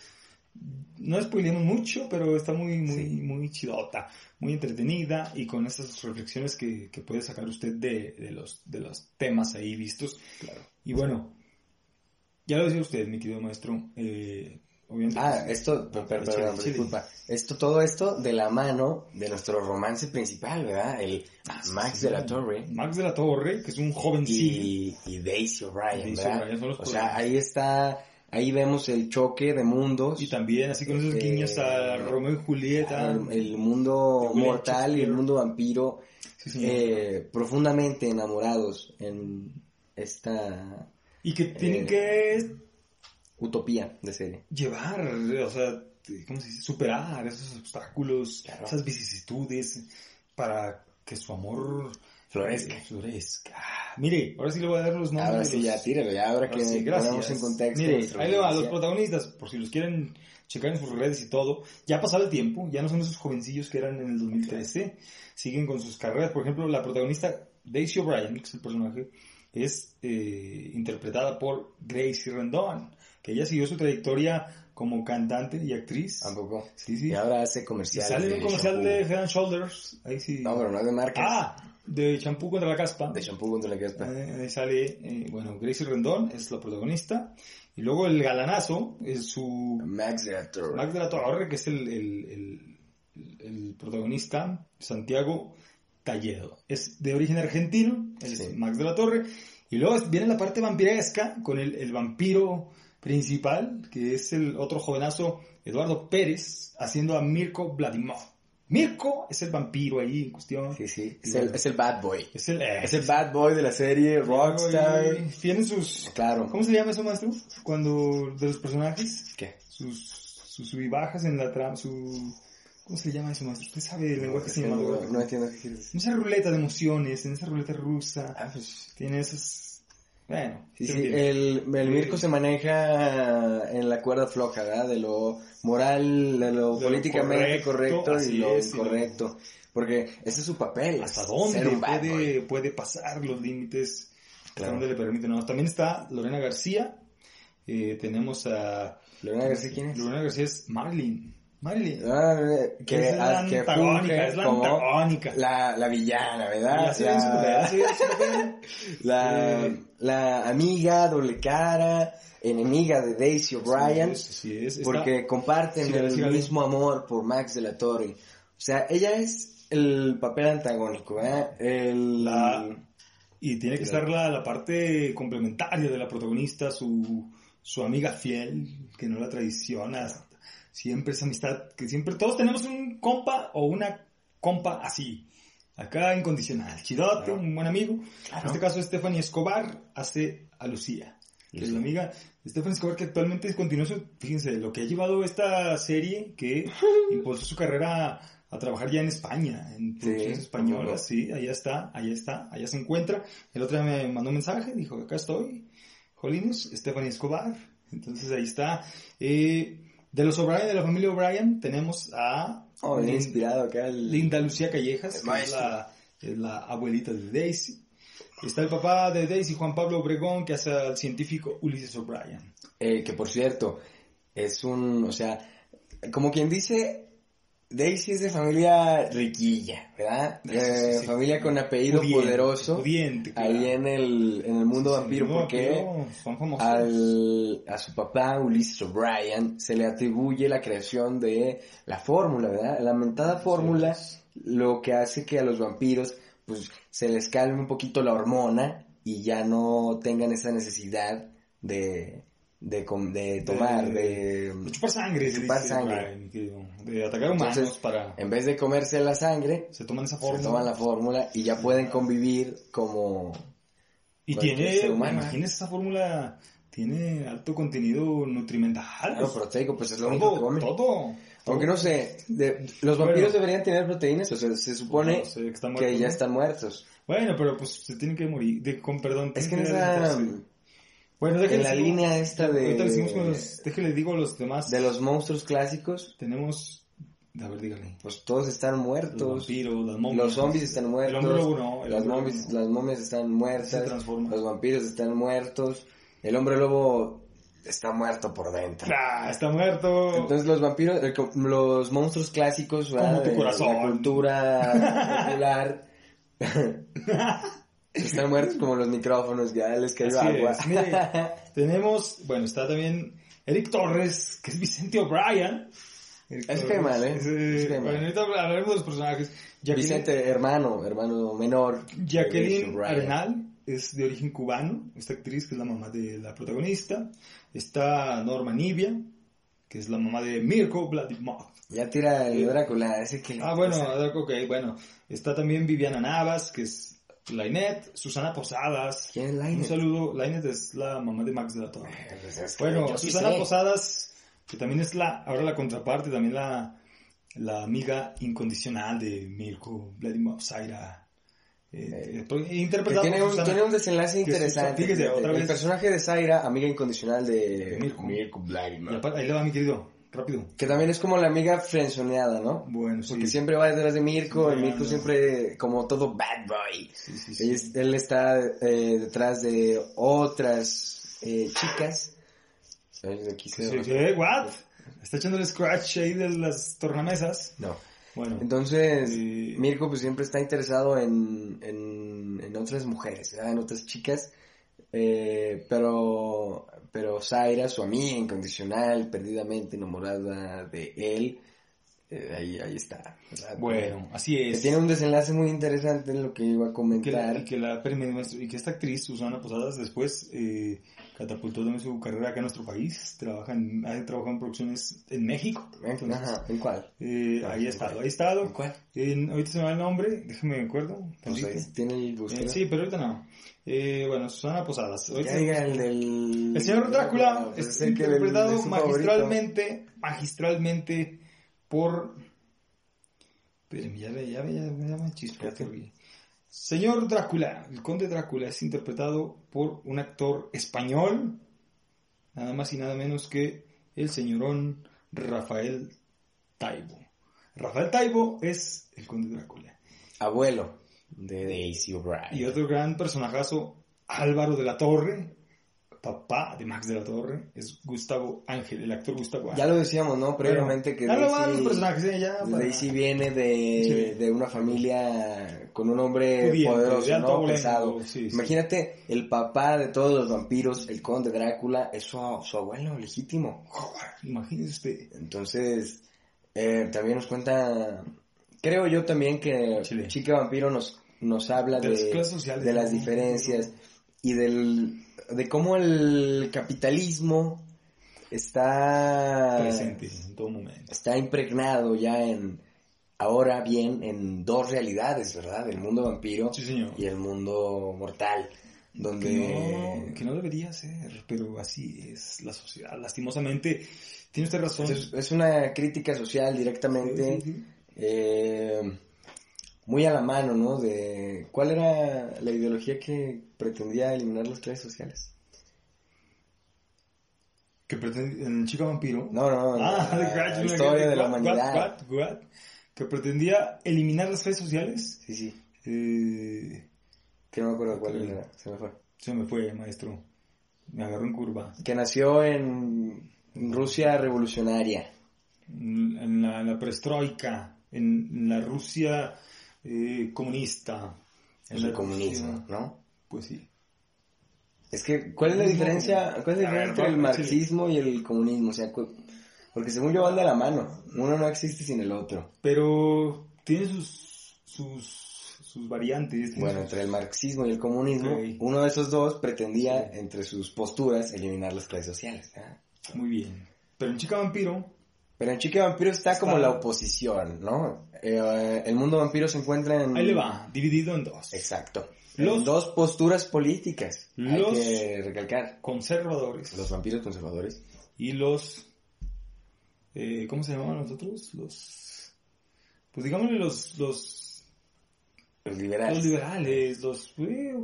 [SPEAKER 2] no spoilemos mucho pero está muy muy
[SPEAKER 1] Sí.
[SPEAKER 2] muy chidota muy entretenida y con esas reflexiones que, que puede sacar usted de, de los de los temas ahí vistos
[SPEAKER 1] Claro.
[SPEAKER 2] y bueno ya lo decía usted mi querido maestro eh, obviamente
[SPEAKER 1] Ah,
[SPEAKER 2] pues,
[SPEAKER 1] esto, per- per-
[SPEAKER 2] Échale,
[SPEAKER 1] perdón,
[SPEAKER 2] échale.
[SPEAKER 1] disculpa. Esto, todo esto de la mano de nuestro romance principal, ¿verdad? El
[SPEAKER 2] Ah,
[SPEAKER 1] Max de la Torre
[SPEAKER 2] pues, Max de la Torre que es un jovencillo
[SPEAKER 1] y, y Daisy O'Brien,
[SPEAKER 2] Daisy
[SPEAKER 1] ¿verdad?
[SPEAKER 2] O'Brien son los
[SPEAKER 1] O sea,
[SPEAKER 2] protagonistas.
[SPEAKER 1] ahí está, ahí vemos el choque de mundos.
[SPEAKER 2] Y también, así con esos
[SPEAKER 1] Eh,
[SPEAKER 2] guiños a Romeo y Julieta.
[SPEAKER 1] Claro, el mundo
[SPEAKER 2] William
[SPEAKER 1] mortal y
[SPEAKER 2] Shakespeare.
[SPEAKER 1] el mundo vampiro
[SPEAKER 2] Sí, señor.
[SPEAKER 1] eh, profundamente enamorados en esta
[SPEAKER 2] y que tienen
[SPEAKER 1] eh,
[SPEAKER 2] que
[SPEAKER 1] utopía de serie.
[SPEAKER 2] llevar, o sea, ¿cómo se dice? Superar esos obstáculos,
[SPEAKER 1] Claro.
[SPEAKER 2] esas vicisitudes, para que su amor
[SPEAKER 1] Florezca.
[SPEAKER 2] eh, florezca. Ah, Mire, ahora sí le voy a dar los nombres.
[SPEAKER 1] Ahora
[SPEAKER 2] de
[SPEAKER 1] sí,
[SPEAKER 2] los-
[SPEAKER 1] ya tíralo, ya ahora
[SPEAKER 2] ahora
[SPEAKER 1] que
[SPEAKER 2] sí,
[SPEAKER 1] ponemos en contexto.
[SPEAKER 2] Mire,
[SPEAKER 1] nuestra
[SPEAKER 2] ahí le va, los
[SPEAKER 1] audiencia.
[SPEAKER 2] protagonistas, por si los quieren checar en sus redes y todo, ya pasado el tiempo, ya no son esos jovencillos que eran en el 2013, siguen con sus carreras. Por ejemplo, la protagonista Daisy O'Brien, que es el personaje, es eh, interpretada por Gracie Rendon, que ella siguió su trayectoria como cantante y actriz.
[SPEAKER 1] Tampoco.
[SPEAKER 2] Sí, sí.
[SPEAKER 1] Y ahora hace
[SPEAKER 2] Y
[SPEAKER 1] comerciales.
[SPEAKER 2] sale en un
[SPEAKER 1] de
[SPEAKER 2] comercial
[SPEAKER 1] shampoo.
[SPEAKER 2] de Head and Shoulders, ahí sí.
[SPEAKER 1] No, pero no de marcas.
[SPEAKER 2] ah, de champú contra la caspa.
[SPEAKER 1] De shampoo contra la caspa.
[SPEAKER 2] Eh, ahí sale, eh, bueno, Gracie Rendón es la protagonista. Y luego el galanazo es su
[SPEAKER 1] Max de la Torre.
[SPEAKER 2] Max de la Torre, que es el, el- el- el- el protagonista, Santiago Talledo. Es de origen argentino, es
[SPEAKER 1] Sí.
[SPEAKER 2] Max de la Torre. Y luego viene la parte vampiresca con el, el vampiro principal, que es el otro jovenazo, Eduardo Pérez, haciendo a Mirko Vladimov. Mirko es el vampiro ahí en cuestión.
[SPEAKER 1] Sí, sí. Es el, es el bad boy.
[SPEAKER 2] Es el, eh,
[SPEAKER 1] Es el bad boy de la serie, rockstar.
[SPEAKER 2] y Tienen sus...
[SPEAKER 1] Claro.
[SPEAKER 2] ¿Cómo se llama eso, maestro? Cuando... De los personajes.
[SPEAKER 1] ¿Qué?
[SPEAKER 2] Sus, sus subibajas en la trama, su... ¿Cómo se le llama eso, maestro? Usted sabe el lenguaje
[SPEAKER 1] no, no,
[SPEAKER 2] cinematográfico.
[SPEAKER 1] no entiendo qué quieres decir.
[SPEAKER 2] En esa ruleta de emociones, en esa ruleta rusa,
[SPEAKER 1] Ah, pues.
[SPEAKER 2] tiene esos... Bueno,
[SPEAKER 1] Sí,
[SPEAKER 2] se
[SPEAKER 1] sí,
[SPEAKER 2] entiende.
[SPEAKER 1] el, el Mirko se maneja en la cuerda floja, ¿verdad? De lo moral, de lo
[SPEAKER 2] De lo
[SPEAKER 1] políticamente correcto,
[SPEAKER 2] correcto,
[SPEAKER 1] y
[SPEAKER 2] así
[SPEAKER 1] lo
[SPEAKER 2] es, y lo-
[SPEAKER 1] incorrecto. Porque ese es su papel.
[SPEAKER 2] ¿Hasta
[SPEAKER 1] es
[SPEAKER 2] dónde
[SPEAKER 1] ser un bad boy.
[SPEAKER 2] puede, puede pasar los límites?
[SPEAKER 1] Claro.
[SPEAKER 2] ¿Hasta dónde le permiten? No, también está Lorena García. Eh, tenemos a...
[SPEAKER 1] Lorena García, ¿quién es?
[SPEAKER 2] Lorena García es Marilyn. Marilyn.
[SPEAKER 1] Ah, eh,
[SPEAKER 2] Que es la
[SPEAKER 1] ah, que
[SPEAKER 2] antagónica,
[SPEAKER 1] funge
[SPEAKER 2] es la
[SPEAKER 1] como
[SPEAKER 2] antagónica.
[SPEAKER 1] La, la villana, ¿verdad?
[SPEAKER 2] La hace bien su- la hace bien su papel.
[SPEAKER 1] <laughs> la-
[SPEAKER 2] Eh.
[SPEAKER 1] la amiga, doble cara, enemiga de Daisy O'Brien.
[SPEAKER 2] Sí, es, sí es. Está-
[SPEAKER 1] porque comparten
[SPEAKER 2] sí,
[SPEAKER 1] el
[SPEAKER 2] sí, sí.
[SPEAKER 1] mismo amor por Max de la Torre. O sea, ella es el papel antagónico, ¿eh? El,
[SPEAKER 2] La- y tiene que estar la, la parte complementaria de la protagonista, su, su amiga fiel, que no la traiciona. Siempre esa amistad, que siempre todos tenemos un compa o una compa así. Acá incondicional. Chidote,
[SPEAKER 1] Claro.
[SPEAKER 2] un buen amigo.
[SPEAKER 1] Claro.
[SPEAKER 2] En este caso, Stephanie Escobar hace a Lucía, que es la amiga. Stephanie Escobar, que actualmente continúa su, fíjense, lo que ha llevado esta serie,
[SPEAKER 1] <laughs>
[SPEAKER 2] que impulsó su carrera a trabajar ya en España, en producciones
[SPEAKER 1] cómo no.
[SPEAKER 2] españolas, sí, allá está, allá está, allá se encuentra. El otro día me mandó un mensaje, dijo, acá estoy, Jolines, Stephanie Escobar, entonces ahí está. Eh, de los O'Brien, de la familia O'Brien, tenemos a
[SPEAKER 1] oh, bien inspirado acá el...
[SPEAKER 2] Linda Lucía Callejas,
[SPEAKER 1] El
[SPEAKER 2] que es
[SPEAKER 1] maestro.
[SPEAKER 2] la, es la abuelita de Daisy. Está el papá de Daisy, Juan Pablo Obregón, que hace al científico Ulises O'Brien.
[SPEAKER 1] Eh, que por cierto, es un, o sea, como quien dice, Daisy es de familia riquilla, ¿verdad?
[SPEAKER 2] Sí,
[SPEAKER 1] Eh,
[SPEAKER 2] sí, sí.
[SPEAKER 1] Familia con apellido
[SPEAKER 2] Pudiente,
[SPEAKER 1] poderoso.
[SPEAKER 2] pudiente, claro.
[SPEAKER 1] Ahí en el, en el mundo vampiro,
[SPEAKER 2] Sí, no,
[SPEAKER 1] porque
[SPEAKER 2] pero Son famosos.
[SPEAKER 1] al, a su papá Ulises O'Brien se le atribuye la creación de la fórmula, ¿verdad? La mentada fórmula, lo que hace que a los vampiros pues se les calme un poquito la hormona y ya no tengan esa necesidad de, de, com- de tomar, de,
[SPEAKER 2] De chupar sangre, se
[SPEAKER 1] chupar
[SPEAKER 2] dice,
[SPEAKER 1] sangre.
[SPEAKER 2] O'Brien, que, de atacar humanos
[SPEAKER 1] Entonces,
[SPEAKER 2] para...
[SPEAKER 1] en vez de comerse la sangre,
[SPEAKER 2] Se toman esa
[SPEAKER 1] se
[SPEAKER 2] forma.
[SPEAKER 1] toman la fórmula y ya pueden convivir como...
[SPEAKER 2] y
[SPEAKER 1] cualquier
[SPEAKER 2] tiene,
[SPEAKER 1] ser humano.
[SPEAKER 2] imagínense esa fórmula, tiene alto contenido nutrimental.
[SPEAKER 1] Claro, proteico, pues es lo único que
[SPEAKER 2] todo,
[SPEAKER 1] comen.
[SPEAKER 2] todo.
[SPEAKER 1] Aunque no sé, de- los vampiros
[SPEAKER 2] Bueno.
[SPEAKER 1] deberían tener proteínas, o sea, se supone
[SPEAKER 2] No sé, que están
[SPEAKER 1] que
[SPEAKER 2] muertos,
[SPEAKER 1] ya
[SPEAKER 2] ¿no?
[SPEAKER 1] están muertos.
[SPEAKER 2] Bueno, pero pues se tienen que morir. De, con perdón.
[SPEAKER 1] Es que en
[SPEAKER 2] tienen
[SPEAKER 1] esa,
[SPEAKER 2] alimentarse. Bueno,
[SPEAKER 1] en
[SPEAKER 2] déjenle
[SPEAKER 1] la
[SPEAKER 2] sigo-
[SPEAKER 1] línea esta
[SPEAKER 2] Ahorita le seguimos con
[SPEAKER 1] de,
[SPEAKER 2] los- déjenle digo a los demás.
[SPEAKER 1] de los monstruos clásicos,
[SPEAKER 2] Tenemos. A ver, díganle.
[SPEAKER 1] pues todos están
[SPEAKER 2] Los
[SPEAKER 1] muertos.
[SPEAKER 2] vampiros, las momias.
[SPEAKER 1] Los zombies están
[SPEAKER 2] El
[SPEAKER 1] muertos.
[SPEAKER 2] hombre lobo no, el
[SPEAKER 1] las,
[SPEAKER 2] hombre lobo
[SPEAKER 1] momias,
[SPEAKER 2] no.
[SPEAKER 1] las momias están
[SPEAKER 2] Se
[SPEAKER 1] muertas.
[SPEAKER 2] transforma.
[SPEAKER 1] Los vampiros están muertos. El hombre lobo está muerto por dentro.
[SPEAKER 2] Ah, está muerto.
[SPEAKER 1] Entonces los vampiros, el co- los monstruos clásicos, ¿verdad?
[SPEAKER 2] Como tu
[SPEAKER 1] De
[SPEAKER 2] corazón.
[SPEAKER 1] la cultura popular,
[SPEAKER 2] <laughs>
[SPEAKER 1] están muertos como los micrófonos, ya les cayó
[SPEAKER 2] Así
[SPEAKER 1] agua.
[SPEAKER 2] es, mire,
[SPEAKER 1] <laughs>
[SPEAKER 2] tenemos. Bueno, está también Eric Torres, que es Vicente O'Brien. Eric
[SPEAKER 1] Ese
[SPEAKER 2] Torres,
[SPEAKER 1] cae mal, ¿eh?
[SPEAKER 2] ese-
[SPEAKER 1] Ese cae mal.
[SPEAKER 2] bueno, ahorita hablaremos de los personajes. Jacqueline-
[SPEAKER 1] Vicente, hermano, hermano menor.
[SPEAKER 2] Jacqueline
[SPEAKER 1] Ryan.
[SPEAKER 2] Arenal es de origen cubano, esta actriz que es la mamá de la protagonista. Está Norma Nivia, que es la mamá de Mirko Vladimir.
[SPEAKER 1] Ya tira el Drácula, ese que...
[SPEAKER 2] Ah, bueno, ok, bueno. Está también Viviana Navas, que es Lainet, Susana Posadas.
[SPEAKER 1] ¿Quién es Lainet?
[SPEAKER 2] Un saludo, Lainet es la mamá de Max de la Torre.
[SPEAKER 1] Pues es que
[SPEAKER 2] Bueno,
[SPEAKER 1] yo sí
[SPEAKER 2] Susana
[SPEAKER 1] sé.
[SPEAKER 2] Posadas, que también es la, ahora la contraparte, también la, la amiga incondicional de Mirko Vladimir Zaira. Eh, eh,
[SPEAKER 1] Que
[SPEAKER 2] interpretada
[SPEAKER 1] tiene
[SPEAKER 2] por
[SPEAKER 1] un,
[SPEAKER 2] Susana-
[SPEAKER 1] tiene un desenlace
[SPEAKER 2] que
[SPEAKER 1] interesante.
[SPEAKER 2] escucha- fíjese, otra
[SPEAKER 1] el
[SPEAKER 2] vez.
[SPEAKER 1] personaje de Zaira, amiga incondicional de
[SPEAKER 2] Mirko.
[SPEAKER 1] Vladimir.
[SPEAKER 2] Y aparte, ahí le va mi querido, rápido.
[SPEAKER 1] Que también es como la amiga frenzoneada, ¿no?
[SPEAKER 2] Bueno, sí.
[SPEAKER 1] Porque siempre va detrás de Mirko,
[SPEAKER 2] Sí,
[SPEAKER 1] y Mirko
[SPEAKER 2] anda.
[SPEAKER 1] siempre, como todo bad boy.
[SPEAKER 2] Sí, sí, sí.
[SPEAKER 1] Él, es- él está eh, detrás de otras eh, chicas. Él de aquí se
[SPEAKER 2] Sí,
[SPEAKER 1] ve.
[SPEAKER 2] sí, ¿eh? ¿What? Está echando el scratch ahí de las tornamesas.
[SPEAKER 1] No.
[SPEAKER 2] Bueno,
[SPEAKER 1] Entonces,
[SPEAKER 2] Sí.
[SPEAKER 1] Mirko pues siempre está interesado en, en, en otras mujeres, ¿verdad? en otras chicas. Eh, pero, pero Zaira, su amiga incondicional, perdidamente enamorada de él, eh, ahí, ahí está. ¿verdad?
[SPEAKER 2] bueno, así
[SPEAKER 1] Que
[SPEAKER 2] es.
[SPEAKER 1] tiene un desenlace muy interesante en lo que iba a
[SPEAKER 2] Y que, la,
[SPEAKER 1] comentar.
[SPEAKER 2] y, que la- espérame, maestro, y que esta actriz, Susana Posadas, después eh, catapultó también su carrera acá en nuestro país. Trabaja en, ha trabajado en producciones en México. Entonces,
[SPEAKER 1] Ajá, ¿en cuál?
[SPEAKER 2] eh, ahí ha estado, ahí ha estado.
[SPEAKER 1] ¿En cuál?
[SPEAKER 2] En- ahorita se me va el nombre, déjame me acuerdo.
[SPEAKER 1] Pues
[SPEAKER 2] tantito.
[SPEAKER 1] ahí tiene el
[SPEAKER 2] Eh,
[SPEAKER 1] gusto.
[SPEAKER 2] sí, pero ahorita no. Eh, bueno, Susana Posadas.
[SPEAKER 1] Ya
[SPEAKER 2] Ahorita-
[SPEAKER 1] diga el del...
[SPEAKER 2] El señor Drácula
[SPEAKER 1] pues
[SPEAKER 2] es
[SPEAKER 1] el que-
[SPEAKER 2] interpretado
[SPEAKER 1] es su favorito.
[SPEAKER 2] magistralmente, magistralmente por Pero ya me, ya me, ya me, ya me chispeaste, güey. Señor Drácula, el conde Drácula es interpretado por un actor español, nada más y nada menos que el señorón Rafael Taibo. Rafael Taibo es el conde Drácula.
[SPEAKER 1] Abuelo de Daisy O'Brien.
[SPEAKER 2] Y otro gran personajazo, Álvaro de la Torre, papá de Max de la Torre, es Gustavo Ángel, el actor Gustavo Ángel.
[SPEAKER 1] Ya lo decíamos, ¿no? Previamente que
[SPEAKER 2] Ya lo van los
[SPEAKER 1] Daisy-
[SPEAKER 2] personajes, ¿eh? ya. para-
[SPEAKER 1] Daisy viene de,
[SPEAKER 2] Sí.
[SPEAKER 1] de una familia con un hombre
[SPEAKER 2] Pudiente, de
[SPEAKER 1] poderoso,
[SPEAKER 2] alto
[SPEAKER 1] ¿no?
[SPEAKER 2] abolengo,
[SPEAKER 1] Pesado.
[SPEAKER 2] sí, sí.
[SPEAKER 1] Imagínate, el papá de todos los vampiros, el conde Drácula, es su, su abuelo legítimo.
[SPEAKER 2] <laughs> Imagínese este usted.
[SPEAKER 1] Entonces, eh, también nos cuenta, creo yo también que
[SPEAKER 2] Chile.
[SPEAKER 1] Chica Vampiro nos, nos habla
[SPEAKER 2] De
[SPEAKER 1] de,
[SPEAKER 2] las clases sociales,
[SPEAKER 1] de las
[SPEAKER 2] ¿no?
[SPEAKER 1] diferencias y del, de cómo el capitalismo está
[SPEAKER 2] Presente en todo momento.
[SPEAKER 1] está impregnado ya en ahora bien en dos realidades, ¿verdad? El mundo vampiro
[SPEAKER 2] Sí, señor.
[SPEAKER 1] y el mundo mortal, donde
[SPEAKER 2] Que no, que no debería ser, pero así es la sociedad. Lastimosamente, tiene usted razón.
[SPEAKER 1] es, es una crítica social directamente
[SPEAKER 2] Sí, sí, sí.
[SPEAKER 1] eh, muy a la mano, ¿no? De cuál era la ideología que pretendía eliminar las clases sociales.
[SPEAKER 2] Que pretende, en Chica Vampiro.
[SPEAKER 1] No, no, no,
[SPEAKER 2] <laughs> Ah,
[SPEAKER 1] la,
[SPEAKER 2] de Crash,
[SPEAKER 1] la
[SPEAKER 2] me
[SPEAKER 1] historia
[SPEAKER 2] quedé,
[SPEAKER 1] de la
[SPEAKER 2] what,
[SPEAKER 1] humanidad.
[SPEAKER 2] what, what, what, que pretendía eliminar las redes sociales.
[SPEAKER 1] Sí, sí.
[SPEAKER 2] Eh,
[SPEAKER 1] Que no me acuerdo cuál era, se me fue.
[SPEAKER 2] se me fue, maestro. Me agarró en curva.
[SPEAKER 1] Que nació en Rusia revolucionaria.
[SPEAKER 2] En la, la perestroika, en la Rusia eh, comunista. En
[SPEAKER 1] Es
[SPEAKER 2] la
[SPEAKER 1] el comunismo,
[SPEAKER 2] Rusia-
[SPEAKER 1] ¿no?
[SPEAKER 2] Pues sí.
[SPEAKER 1] Es que, ¿cuál es la
[SPEAKER 2] No,
[SPEAKER 1] diferencia, cuál es la diferencia
[SPEAKER 2] a ver,
[SPEAKER 1] entre el
[SPEAKER 2] no, sí.
[SPEAKER 1] marxismo y el comunismo? O sea, cu- porque según yo van de la mano. Uno no existe sin el otro.
[SPEAKER 2] Pero tiene sus, sus, sus variantes. tiene
[SPEAKER 1] Bueno,
[SPEAKER 2] sus-
[SPEAKER 1] entre el marxismo y el comunismo,
[SPEAKER 2] Sí.
[SPEAKER 1] uno de esos dos pretendía, entre sus posturas, eliminar las clases sociales. ¿ah?
[SPEAKER 2] Muy bien. Pero en Chica Vampiro,
[SPEAKER 1] Pero en Chique Vampiro está,
[SPEAKER 2] Está-
[SPEAKER 1] como la oposición, ¿no? Eh, el mundo vampiro se encuentra en...
[SPEAKER 2] ahí le va, dividido en dos.
[SPEAKER 1] Exacto.
[SPEAKER 2] Los-
[SPEAKER 1] En dos posturas políticas.
[SPEAKER 2] Los-
[SPEAKER 1] Hay que recalcar.
[SPEAKER 2] Conservadores.
[SPEAKER 1] Los vampiros conservadores.
[SPEAKER 2] y los eh, ¿cómo se llamaban los otros? Los pues digámosle los los,
[SPEAKER 1] Los
[SPEAKER 2] los
[SPEAKER 1] liberales.
[SPEAKER 2] liberales, los eh,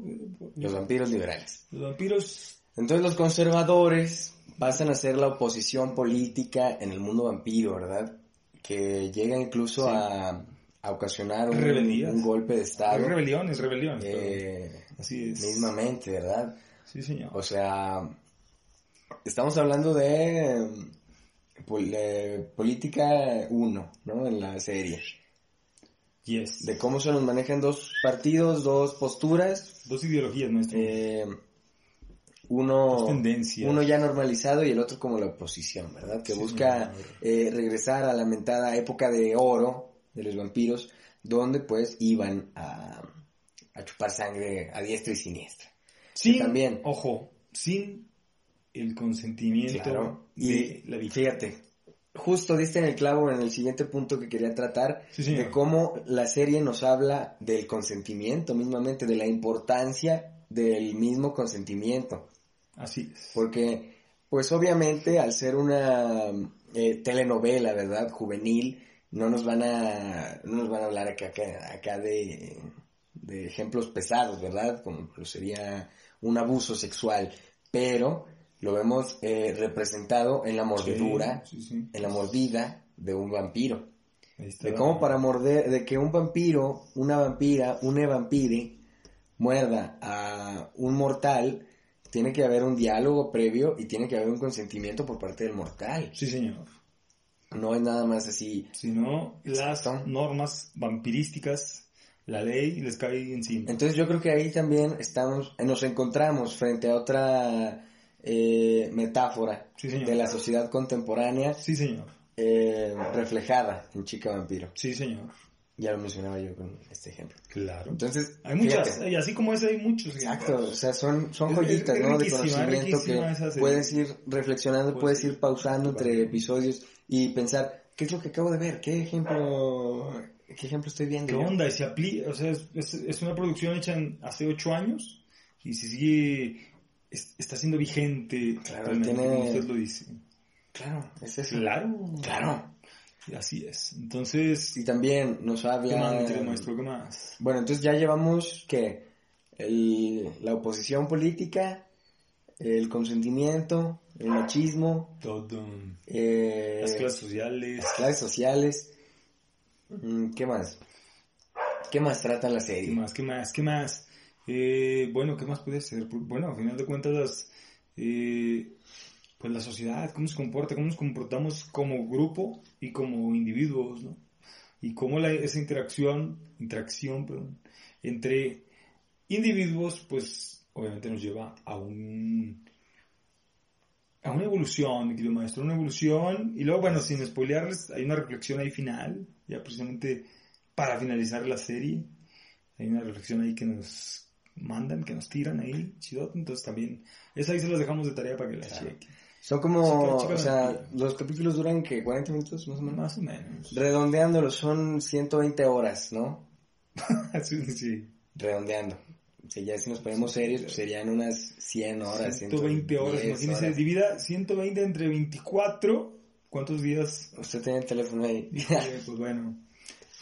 [SPEAKER 1] los vampiros liberales.
[SPEAKER 2] los vampiros
[SPEAKER 1] Entonces los conservadores pasan a ser la oposición política en el mundo vampiro, ¿verdad? Que llega incluso
[SPEAKER 2] Sí.
[SPEAKER 1] a, a ocasionar un,
[SPEAKER 2] Rebeldías.
[SPEAKER 1] un golpe de
[SPEAKER 2] hay
[SPEAKER 1] Estado.
[SPEAKER 2] rebeliones, rebeliones, pero
[SPEAKER 1] Ah, eh,
[SPEAKER 2] así es.
[SPEAKER 1] mismamente, ¿verdad?
[SPEAKER 2] Sí, señor.
[SPEAKER 1] O sea, estamos hablando de eh, pol- eh, política 1, ¿no? En la serie.
[SPEAKER 2] Yes.
[SPEAKER 1] De cómo se nos manejan dos partidos, dos posturas.
[SPEAKER 2] Dos ideologías, maestro.
[SPEAKER 1] eh, uno...
[SPEAKER 2] Dos tendencias.
[SPEAKER 1] Uno ya normalizado y el otro como la oposición, ¿verdad? Que
[SPEAKER 2] Sí,
[SPEAKER 1] busca
[SPEAKER 2] señor.
[SPEAKER 1] eh, regresar a la mentada época de oro de los vampiros, donde pues iban a, a chupar sangre a diestra y siniestra.
[SPEAKER 2] sin,
[SPEAKER 1] también.
[SPEAKER 2] ojo, sin el consentimiento de
[SPEAKER 1] Y
[SPEAKER 2] la víctima.
[SPEAKER 1] fíjate, justo diste en el clavo en el siguiente punto que quería tratar,
[SPEAKER 2] Sí, señor.
[SPEAKER 1] de cómo la serie nos habla del consentimiento mismamente, de la importancia del mismo consentimiento.
[SPEAKER 2] Así es.
[SPEAKER 1] Porque, pues obviamente, al ser una eh, telenovela, ¿verdad? Juvenil, no nos van a, no nos van a hablar acá, acá, acá de, de ejemplos pesados, ¿verdad? Como lo sería un abuso sexual. Pero lo vemos eh, representado en la mordedura,
[SPEAKER 2] Sí, sí, sí.
[SPEAKER 1] en la mordida de un vampiro.
[SPEAKER 2] Ahí está.
[SPEAKER 1] De cómo para morder, de que un vampiro, una vampira, un vampire muerda a un mortal, tiene que haber un diálogo previo y tiene que haber un consentimiento por parte del mortal.
[SPEAKER 2] Sí, señor.
[SPEAKER 1] No es nada más así.
[SPEAKER 2] sino las
[SPEAKER 1] Exacto.
[SPEAKER 2] normas vampirísticas, la ley les cae encima.
[SPEAKER 1] Entonces yo creo que ahí también estamos, nos encontramos frente a otra eh, metáfora
[SPEAKER 2] Sí, señor.
[SPEAKER 1] de la sociedad contemporánea
[SPEAKER 2] Sí, señor.
[SPEAKER 1] eh, reflejada en Chica Vampiro.
[SPEAKER 2] Sí, señor.
[SPEAKER 1] Ya lo mencionaba yo con este ejemplo.
[SPEAKER 2] Claro.
[SPEAKER 1] Entonces,
[SPEAKER 2] Hay muchas,
[SPEAKER 1] fíjate.
[SPEAKER 2] y así como ese hay muchos.
[SPEAKER 1] Exacto, o sea, son, son
[SPEAKER 2] pues, Es-
[SPEAKER 1] joyitas,
[SPEAKER 2] es- es
[SPEAKER 1] ¿no? De
[SPEAKER 2] riquísima,
[SPEAKER 1] conocimiento
[SPEAKER 2] riquísima esa
[SPEAKER 1] que
[SPEAKER 2] serie. Pues
[SPEAKER 1] puedes ir reflexionando, puedes ir pausando entre episodios y pensar, ¿qué es lo que acabo de ver? ¿Qué ejemplo, qué ejemplo estoy viendo?
[SPEAKER 2] ¿Qué
[SPEAKER 1] yo?
[SPEAKER 2] onda? Y se aplica, o sea, es, es- es una producción hecha en- hace ocho años y se sigue, es- está siendo vigente,
[SPEAKER 1] Claro,
[SPEAKER 2] actualmente,
[SPEAKER 1] tiene-
[SPEAKER 2] como usted lo dice.
[SPEAKER 1] Claro, es eso.
[SPEAKER 2] Claro.
[SPEAKER 1] Claro.
[SPEAKER 2] Así es. Entonces,
[SPEAKER 1] Y también nos
[SPEAKER 2] ¿qué más, mi querido
[SPEAKER 1] hablan...
[SPEAKER 2] maestro? ¿Qué más?
[SPEAKER 1] Bueno, entonces ya llevamos que el- la oposición política, el consentimiento, el machismo,
[SPEAKER 2] Todo. mm,
[SPEAKER 1] eh,
[SPEAKER 2] Las clases sociales.
[SPEAKER 1] clases sociales. Mm, ¿Qué más? ¿Qué más trata la
[SPEAKER 2] ¿Qué
[SPEAKER 1] serie?
[SPEAKER 2] más? ¿Qué más? ¿Qué más? Eh, bueno, ¿qué más puede ser? Bueno, al final de cuentas, las, eh, pues la sociedad, cómo se comporta, cómo nos comportamos como grupo y como individuos, ¿no? Y cómo la, esa interacción, interacción, perdón, entre individuos, pues obviamente nos lleva a un a una evolución, mi querido maestro, una evolución. Y luego, bueno, sin spoilearles, hay una reflexión ahí final, ya precisamente para finalizar la serie, hay una reflexión ahí que nos mandan, que nos tiran ahí, chidote. Entonces también, esa ahí se las dejamos de tarea para que las
[SPEAKER 1] Claro.
[SPEAKER 2] chequen.
[SPEAKER 1] Son
[SPEAKER 2] Sí, que la
[SPEAKER 1] como,
[SPEAKER 2] chica
[SPEAKER 1] o sea,
[SPEAKER 2] vampiro.
[SPEAKER 1] los capítulos duran que 40 minutos más o menos.
[SPEAKER 2] Más o menos.
[SPEAKER 1] Redondeándolo, son 120 horas, ¿no?
[SPEAKER 2] <laughs> sí, sí.
[SPEAKER 1] Redondeando. Si ya si nos ponemos serios, pues serían unas 100 horas.
[SPEAKER 2] 120 horas,
[SPEAKER 1] 110
[SPEAKER 2] imagínense,
[SPEAKER 1] horas.
[SPEAKER 2] divida 120 entre 24, ¿cuántos
[SPEAKER 1] <laughs>
[SPEAKER 2] días?
[SPEAKER 1] Usted tiene el teléfono ahí.
[SPEAKER 2] Híjole, pues bueno,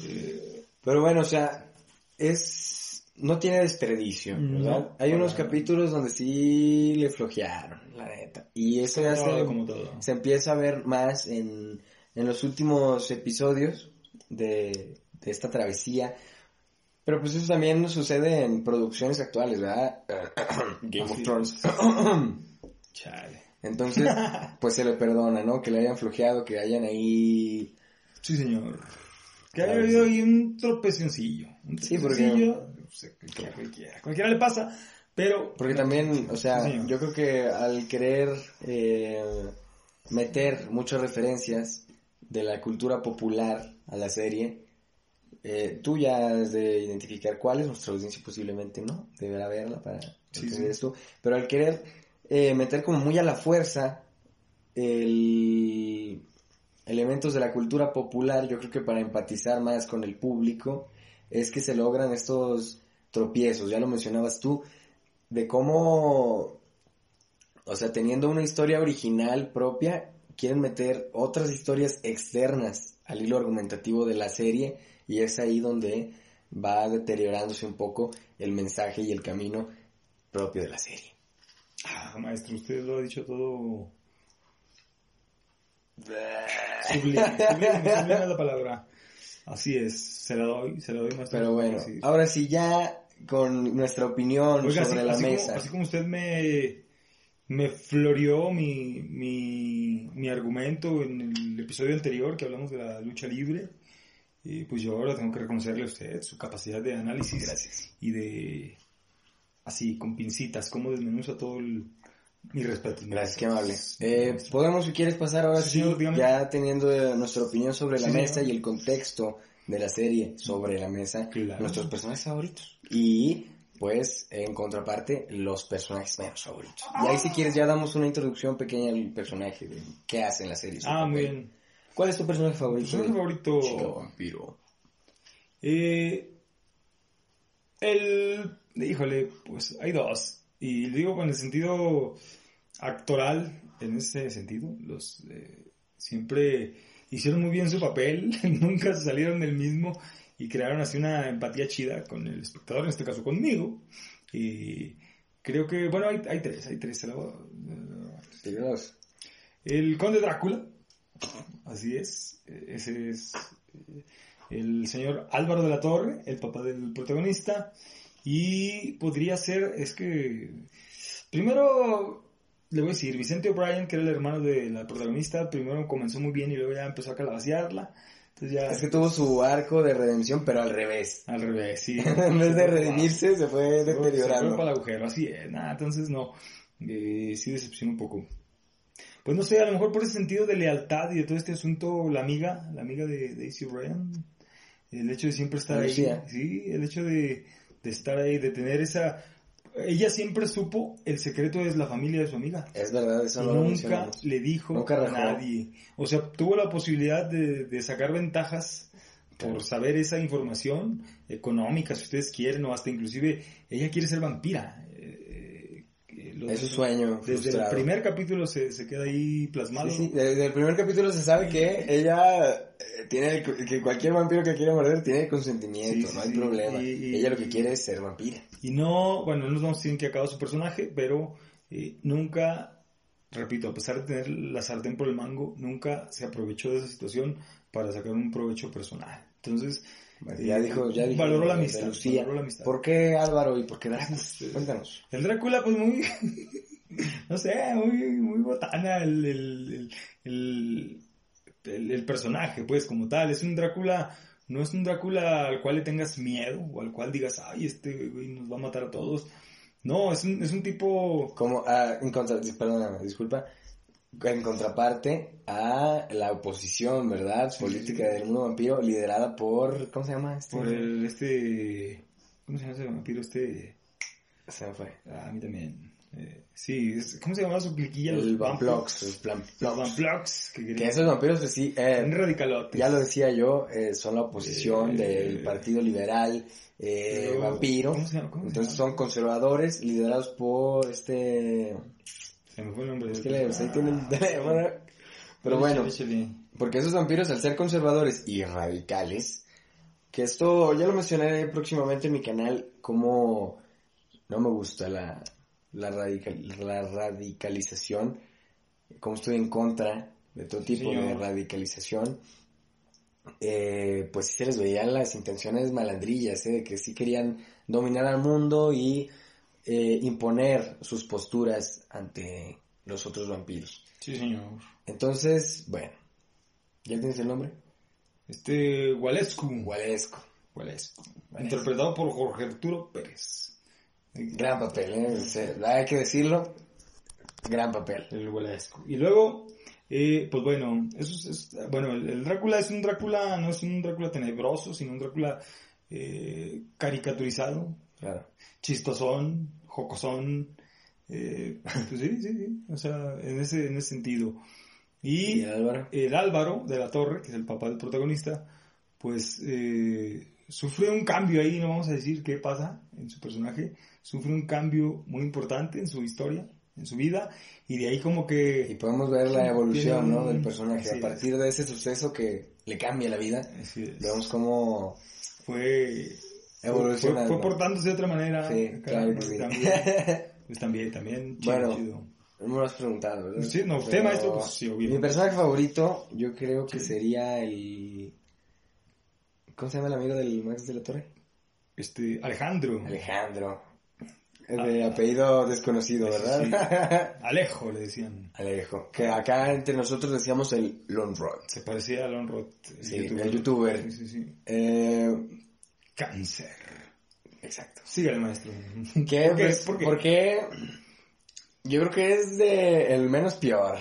[SPEAKER 2] eh,
[SPEAKER 1] <laughs> Pero bueno, o sea, es no tiene desperdicio,
[SPEAKER 2] No,
[SPEAKER 1] ¿verdad? Hay
[SPEAKER 2] para
[SPEAKER 1] unos
[SPEAKER 2] nada.
[SPEAKER 1] capítulos donde sí le flojearon, la neta. Y eso ya
[SPEAKER 2] todo
[SPEAKER 1] se,
[SPEAKER 2] como todo.
[SPEAKER 1] se empieza a ver más en, en los últimos episodios de, de esta travesía. Pero pues eso también nos sucede en producciones actuales, ¿verdad? <coughs> Game
[SPEAKER 2] Así
[SPEAKER 1] of
[SPEAKER 2] es.
[SPEAKER 1] Thrones.
[SPEAKER 2] Chale.
[SPEAKER 1] <laughs> Entonces, pues se le perdona, ¿no? Que le hayan flojeado, que hayan ahí
[SPEAKER 2] Sí, señor. Que haya
[SPEAKER 1] Claro.
[SPEAKER 2] habido ahí un tropecioncillo. Un
[SPEAKER 1] Sí,
[SPEAKER 2] tropecioncillo, pues, a cualquiera, cualquiera. Cualquiera le pasa, pero...
[SPEAKER 1] Porque también, o sea,
[SPEAKER 2] Sí, señor.
[SPEAKER 1] yo creo que al querer eh, meter muchas referencias de la cultura popular a la serie, eh, tú ya has de identificar cuál es nuestra audiencia, posiblemente no, deberá verla para
[SPEAKER 2] Sí,
[SPEAKER 1] entender
[SPEAKER 2] sí.
[SPEAKER 1] esto, pero al querer eh, meter como muy a la fuerza el- elementos de la cultura popular, yo creo que para empatizar más con el público, es que se logran estos tropiezos, ya lo mencionabas tú, de cómo, o sea, teniendo una historia original propia, quieren meter otras historias externas al hilo argumentativo de la serie y es ahí donde va deteriorándose un poco el mensaje y el camino propio de la serie.
[SPEAKER 2] Ah, maestro, usted lo ha dicho todo... Sublime, sublime, sublime es la palabra. Así es, se la doy, se la doy, maestro.
[SPEAKER 1] Pero bueno,
[SPEAKER 2] Sí.
[SPEAKER 1] ahora sí ya con nuestra opinión
[SPEAKER 2] Oiga,
[SPEAKER 1] sobre
[SPEAKER 2] así,
[SPEAKER 1] la
[SPEAKER 2] así
[SPEAKER 1] mesa.
[SPEAKER 2] Como, así como usted me, me floreó mi, mi, mi argumento en el episodio anterior que hablamos de la lucha libre, eh, pues yo ahora tengo que reconocerle a usted su capacidad de análisis y de, así, con pincitas, cómo desmenuza todo el, mi respeto.
[SPEAKER 1] Gracias, qué amable. Eh, podemos, si quieres, pasar ahora
[SPEAKER 2] Sí,
[SPEAKER 1] sí,
[SPEAKER 2] señor, dígame.
[SPEAKER 1] ya teniendo eh, nuestra opinión sobre la
[SPEAKER 2] Sí,
[SPEAKER 1] mesa
[SPEAKER 2] señor.
[SPEAKER 1] y el contexto de la serie sobre la mesa,
[SPEAKER 2] Claro.
[SPEAKER 1] nuestros personajes favoritos. Y, pues, en contraparte, los personajes menos favoritos. Y ahí, si quieres, ya damos una introducción pequeña al personaje, de qué hace en la serie. su
[SPEAKER 2] Ah, muy
[SPEAKER 1] papel.
[SPEAKER 2] bien.
[SPEAKER 1] ¿Cuál es tu personaje favorito?
[SPEAKER 2] Personaje favorito.
[SPEAKER 1] Chico vampiro.
[SPEAKER 2] Eh, el, híjole, pues hay dos. Y lo digo con el sentido actoral, en ese sentido, los eh, siempre hicieron muy bien su papel, <laughs> nunca se salieron del mismo y crearon así una empatía chida con el espectador, en este caso conmigo. Y creo que, bueno, hay, hay tres, hay tres. eh, se la voy a-
[SPEAKER 1] Dios.
[SPEAKER 2] el Conde Drácula. Así es. eh, Ese es eh, el señor Álvaro de la Torre, el papá del protagonista. Y podría ser, es que. Primero, le voy a decir, Vicente O'Brien, que era el hermano de la protagonista, primero comenzó muy bien y luego ya empezó a calabaciarla. Entonces ya.
[SPEAKER 1] Es que tuvo su arco de redención, pero al revés.
[SPEAKER 2] Al revés, sí.
[SPEAKER 1] <laughs> en vez de redimirse, se fue
[SPEAKER 2] Se fue- Se fue
[SPEAKER 1] deteriorando.
[SPEAKER 2] para el agujero, así es. Nah, entonces no. Eh, sí decepciona un poco. Pues no sé, a lo mejor por ese sentido de lealtad y de todo este asunto, la amiga, la amiga de Daisy O'Brien, el hecho de siempre estar
[SPEAKER 1] Lucía.
[SPEAKER 2] ahí, sí, el hecho de, de estar ahí, de tener esa... Ella siempre supo el secreto es la familia de su amiga.
[SPEAKER 1] Es verdad, eso
[SPEAKER 2] Y
[SPEAKER 1] no lo
[SPEAKER 2] nunca
[SPEAKER 1] mencionamos.
[SPEAKER 2] le dijo
[SPEAKER 1] Nunca
[SPEAKER 2] a
[SPEAKER 1] rajó.
[SPEAKER 2] nadie. O sea, tuvo la posibilidad de, de sacar ventajas
[SPEAKER 1] Claro.
[SPEAKER 2] por saber esa información económica, si ustedes quieren, o hasta inclusive ella quiere ser vampira. Eh, eh, Lo
[SPEAKER 1] Es un
[SPEAKER 2] dice-
[SPEAKER 1] sueño
[SPEAKER 2] Desde
[SPEAKER 1] frustrado.
[SPEAKER 2] el primer capítulo se, se queda ahí plasmado.
[SPEAKER 1] Sí, sí, desde el primer capítulo se sabe que ella eh, tiene el- que cualquier vampiro que quiera morder tiene el consentimiento,
[SPEAKER 2] Sí, sí,
[SPEAKER 1] no hay
[SPEAKER 2] sí,
[SPEAKER 1] problema.
[SPEAKER 2] y- y-
[SPEAKER 1] ella lo que quiere es ser vampira.
[SPEAKER 2] Y no, bueno, no nos vamos a decir en qué acaba su personaje, pero eh, nunca, repito, a pesar de tener la sartén por el mango, nunca se aprovechó de esa situación para sacar un provecho personal. Entonces,
[SPEAKER 1] Ya
[SPEAKER 2] eh,
[SPEAKER 1] dijo, ya dijo.
[SPEAKER 2] valoró la
[SPEAKER 1] de- de
[SPEAKER 2] amistad.
[SPEAKER 1] Lucía.
[SPEAKER 2] valoró la amistad.
[SPEAKER 1] ¿Por qué Álvaro y por qué Dracus? Cuéntanos.
[SPEAKER 2] El Drácula, pues muy, <laughs> no sé, muy, muy botana el, el, el, el- el personaje, pues como tal. Es un Drácula, no es un Drácula al cual le tengas miedo o al cual digas, ay, este güey nos va a matar a todos. No, es un, es un tipo...
[SPEAKER 1] Como, ah, en contra, dis- perdóname, disculpa. En contraparte a la oposición, ¿verdad? Política del mundo vampiro, liderada por. ¿Cómo se llama este?
[SPEAKER 2] Por el, este... ¿Cómo se llama ese vampiro? Este...
[SPEAKER 1] Se me fue.
[SPEAKER 2] ah, A mí también. Eh, sí, es- ¿cómo se llama su cliquilla?
[SPEAKER 1] El Vamplox.
[SPEAKER 2] Vamplox.
[SPEAKER 1] el plan-
[SPEAKER 2] Los Vamplox. Que
[SPEAKER 1] Que
[SPEAKER 2] querían
[SPEAKER 1] esos vampiros, pues sí. eh,
[SPEAKER 2] radicalotes.
[SPEAKER 1] ya lo decía yo, eh, son la oposición
[SPEAKER 2] Eh,
[SPEAKER 1] del Partido Liberal eh,
[SPEAKER 2] Pero,
[SPEAKER 1] Vampiro.
[SPEAKER 2] ¿cómo se llama? ¿Cómo se
[SPEAKER 1] Entonces
[SPEAKER 2] llama?
[SPEAKER 1] son conservadores liderados por este.
[SPEAKER 2] Se me fue el nombre.
[SPEAKER 1] Es
[SPEAKER 2] del
[SPEAKER 1] que le- pues ahí
[SPEAKER 2] tipo.
[SPEAKER 1] tiene el <laughs>
[SPEAKER 2] Ah,
[SPEAKER 1] teléfono. Pero
[SPEAKER 2] échale,
[SPEAKER 1] bueno,
[SPEAKER 2] échale.
[SPEAKER 1] porque esos vampiros al ser conservadores y radicales, que esto ya lo mencionaré próximamente en mi canal, como no me gusta la, la, radical- la radicalización, como estoy en contra de todo
[SPEAKER 2] Sí,
[SPEAKER 1] tipo de
[SPEAKER 2] señor.
[SPEAKER 1] radicalización, eh, pues sí se les veían las intenciones malandrillas, eh, de que sí querían dominar al mundo y eh, imponer sus posturas ante los otros vampiros.
[SPEAKER 2] Sí, señor.
[SPEAKER 1] Entonces, bueno, ¿ya tienes el nombre?
[SPEAKER 2] Este, Gualescu.
[SPEAKER 1] Gualesco.
[SPEAKER 2] Gualescu. Interpretado por Jorge Arturo Pérez.
[SPEAKER 1] Gran papel, ¿eh? O sea, hay que decirlo. Gran papel.
[SPEAKER 2] El Gualescu. Y luego, eh, pues bueno, eso es, es- bueno, el, el Drácula es un Drácula, no es un Drácula tenebroso, sino un Drácula eh, caricaturizado,
[SPEAKER 1] Claro.
[SPEAKER 2] chistosón, jocosón. eh, <laughs> pues sí, sí, sí. O sea, en ese, en ese sentido.
[SPEAKER 1] ¿Y
[SPEAKER 2] Y
[SPEAKER 1] el Álvaro?
[SPEAKER 2] el Álvaro de la Torre, que es el papá del protagonista, pues eh, sufre un cambio ahí, no vamos a decir qué pasa en su personaje, sufre un cambio muy importante en su historia, en su vida, y de ahí como
[SPEAKER 1] Y
[SPEAKER 2] que...
[SPEAKER 1] podemos ver la evolución,
[SPEAKER 2] Tiene un-
[SPEAKER 1] ¿no? Del personaje.
[SPEAKER 2] así
[SPEAKER 1] A
[SPEAKER 2] es.
[SPEAKER 1] partir de ese suceso que le cambia la vida,
[SPEAKER 2] así es,
[SPEAKER 1] vemos cómo
[SPEAKER 2] fue, fue,
[SPEAKER 1] evoluciona.
[SPEAKER 2] fue
[SPEAKER 1] ¿no?
[SPEAKER 2] portándose de otra manera.
[SPEAKER 1] Sí,
[SPEAKER 2] caramba,
[SPEAKER 1] claro que
[SPEAKER 2] pues,
[SPEAKER 1] sí. <laughs>
[SPEAKER 2] También, pues también, también, chido,
[SPEAKER 1] Bueno.
[SPEAKER 2] chido.
[SPEAKER 1] no me lo has preguntado, ¿verdad?
[SPEAKER 2] Sí, no, usted, maestro, pues, sí, obvio.
[SPEAKER 1] Mi personaje favorito, yo creo que sería el. ¿Cómo se llama el amigo del Max de la Torre?
[SPEAKER 2] Este, Alejandro,
[SPEAKER 1] Alejandro. Es
[SPEAKER 2] Ah,
[SPEAKER 1] de apellido desconocido, <laughs>
[SPEAKER 2] Ese
[SPEAKER 1] ¿verdad?
[SPEAKER 2] Alejo le decían,
[SPEAKER 1] Alejo. Que acá entre nosotros decíamos el Lone Rod.
[SPEAKER 2] se parecía a Lon Roth, el
[SPEAKER 1] Sí, el youtuber.
[SPEAKER 2] Sí, sí, sí.
[SPEAKER 1] Eh,
[SPEAKER 2] Cáncer.
[SPEAKER 1] exacto.
[SPEAKER 2] Sigue el maestro.
[SPEAKER 1] ¿Qué?
[SPEAKER 2] ¿Por qué?
[SPEAKER 1] Pues,
[SPEAKER 2] ¿Por qué?
[SPEAKER 1] Porque yo creo que es de el menos peor.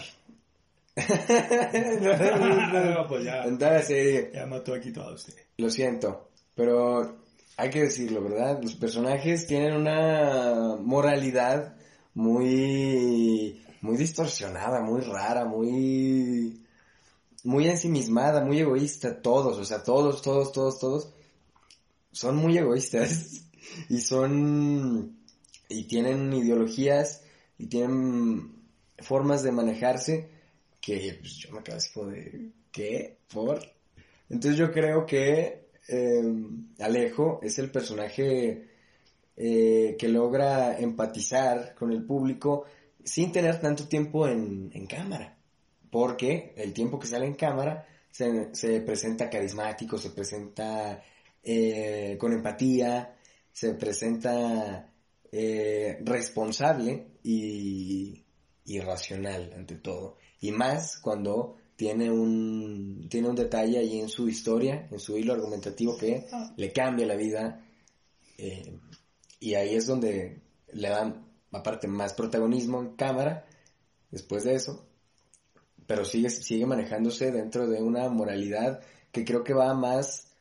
[SPEAKER 2] No, pues ya,
[SPEAKER 1] En toda la serie.
[SPEAKER 2] ya mató aquí todo a usted.
[SPEAKER 1] Lo siento. Pero hay que decirlo, ¿verdad? Los personajes tienen una moralidad muy. muy distorsionada, muy rara, muy. muy ensimismada, muy egoísta, todos, o sea, todos, todos, todos, todos, son muy egoístas <laughs> y son, y tienen ideologías y tienen formas de manejarse que pues, yo me quedo así como de, ¿qué? ¿Por? Entonces yo creo que eh, Alejo es el personaje eh, que logra empatizar con el público sin tener tanto tiempo en, en cámara porque el tiempo que sale en cámara se, se presenta carismático, se presenta eh, con empatía, se presenta eh, responsable y, y racional ante todo. Y más cuando tiene un, tiene un detalle ahí en su historia, en su hilo argumentativo que le cambia la vida. eh, y ahí es donde le dan, aparte, más protagonismo en cámara después de eso pero sigue, sigue manejándose dentro de una moralidad que creo que va más,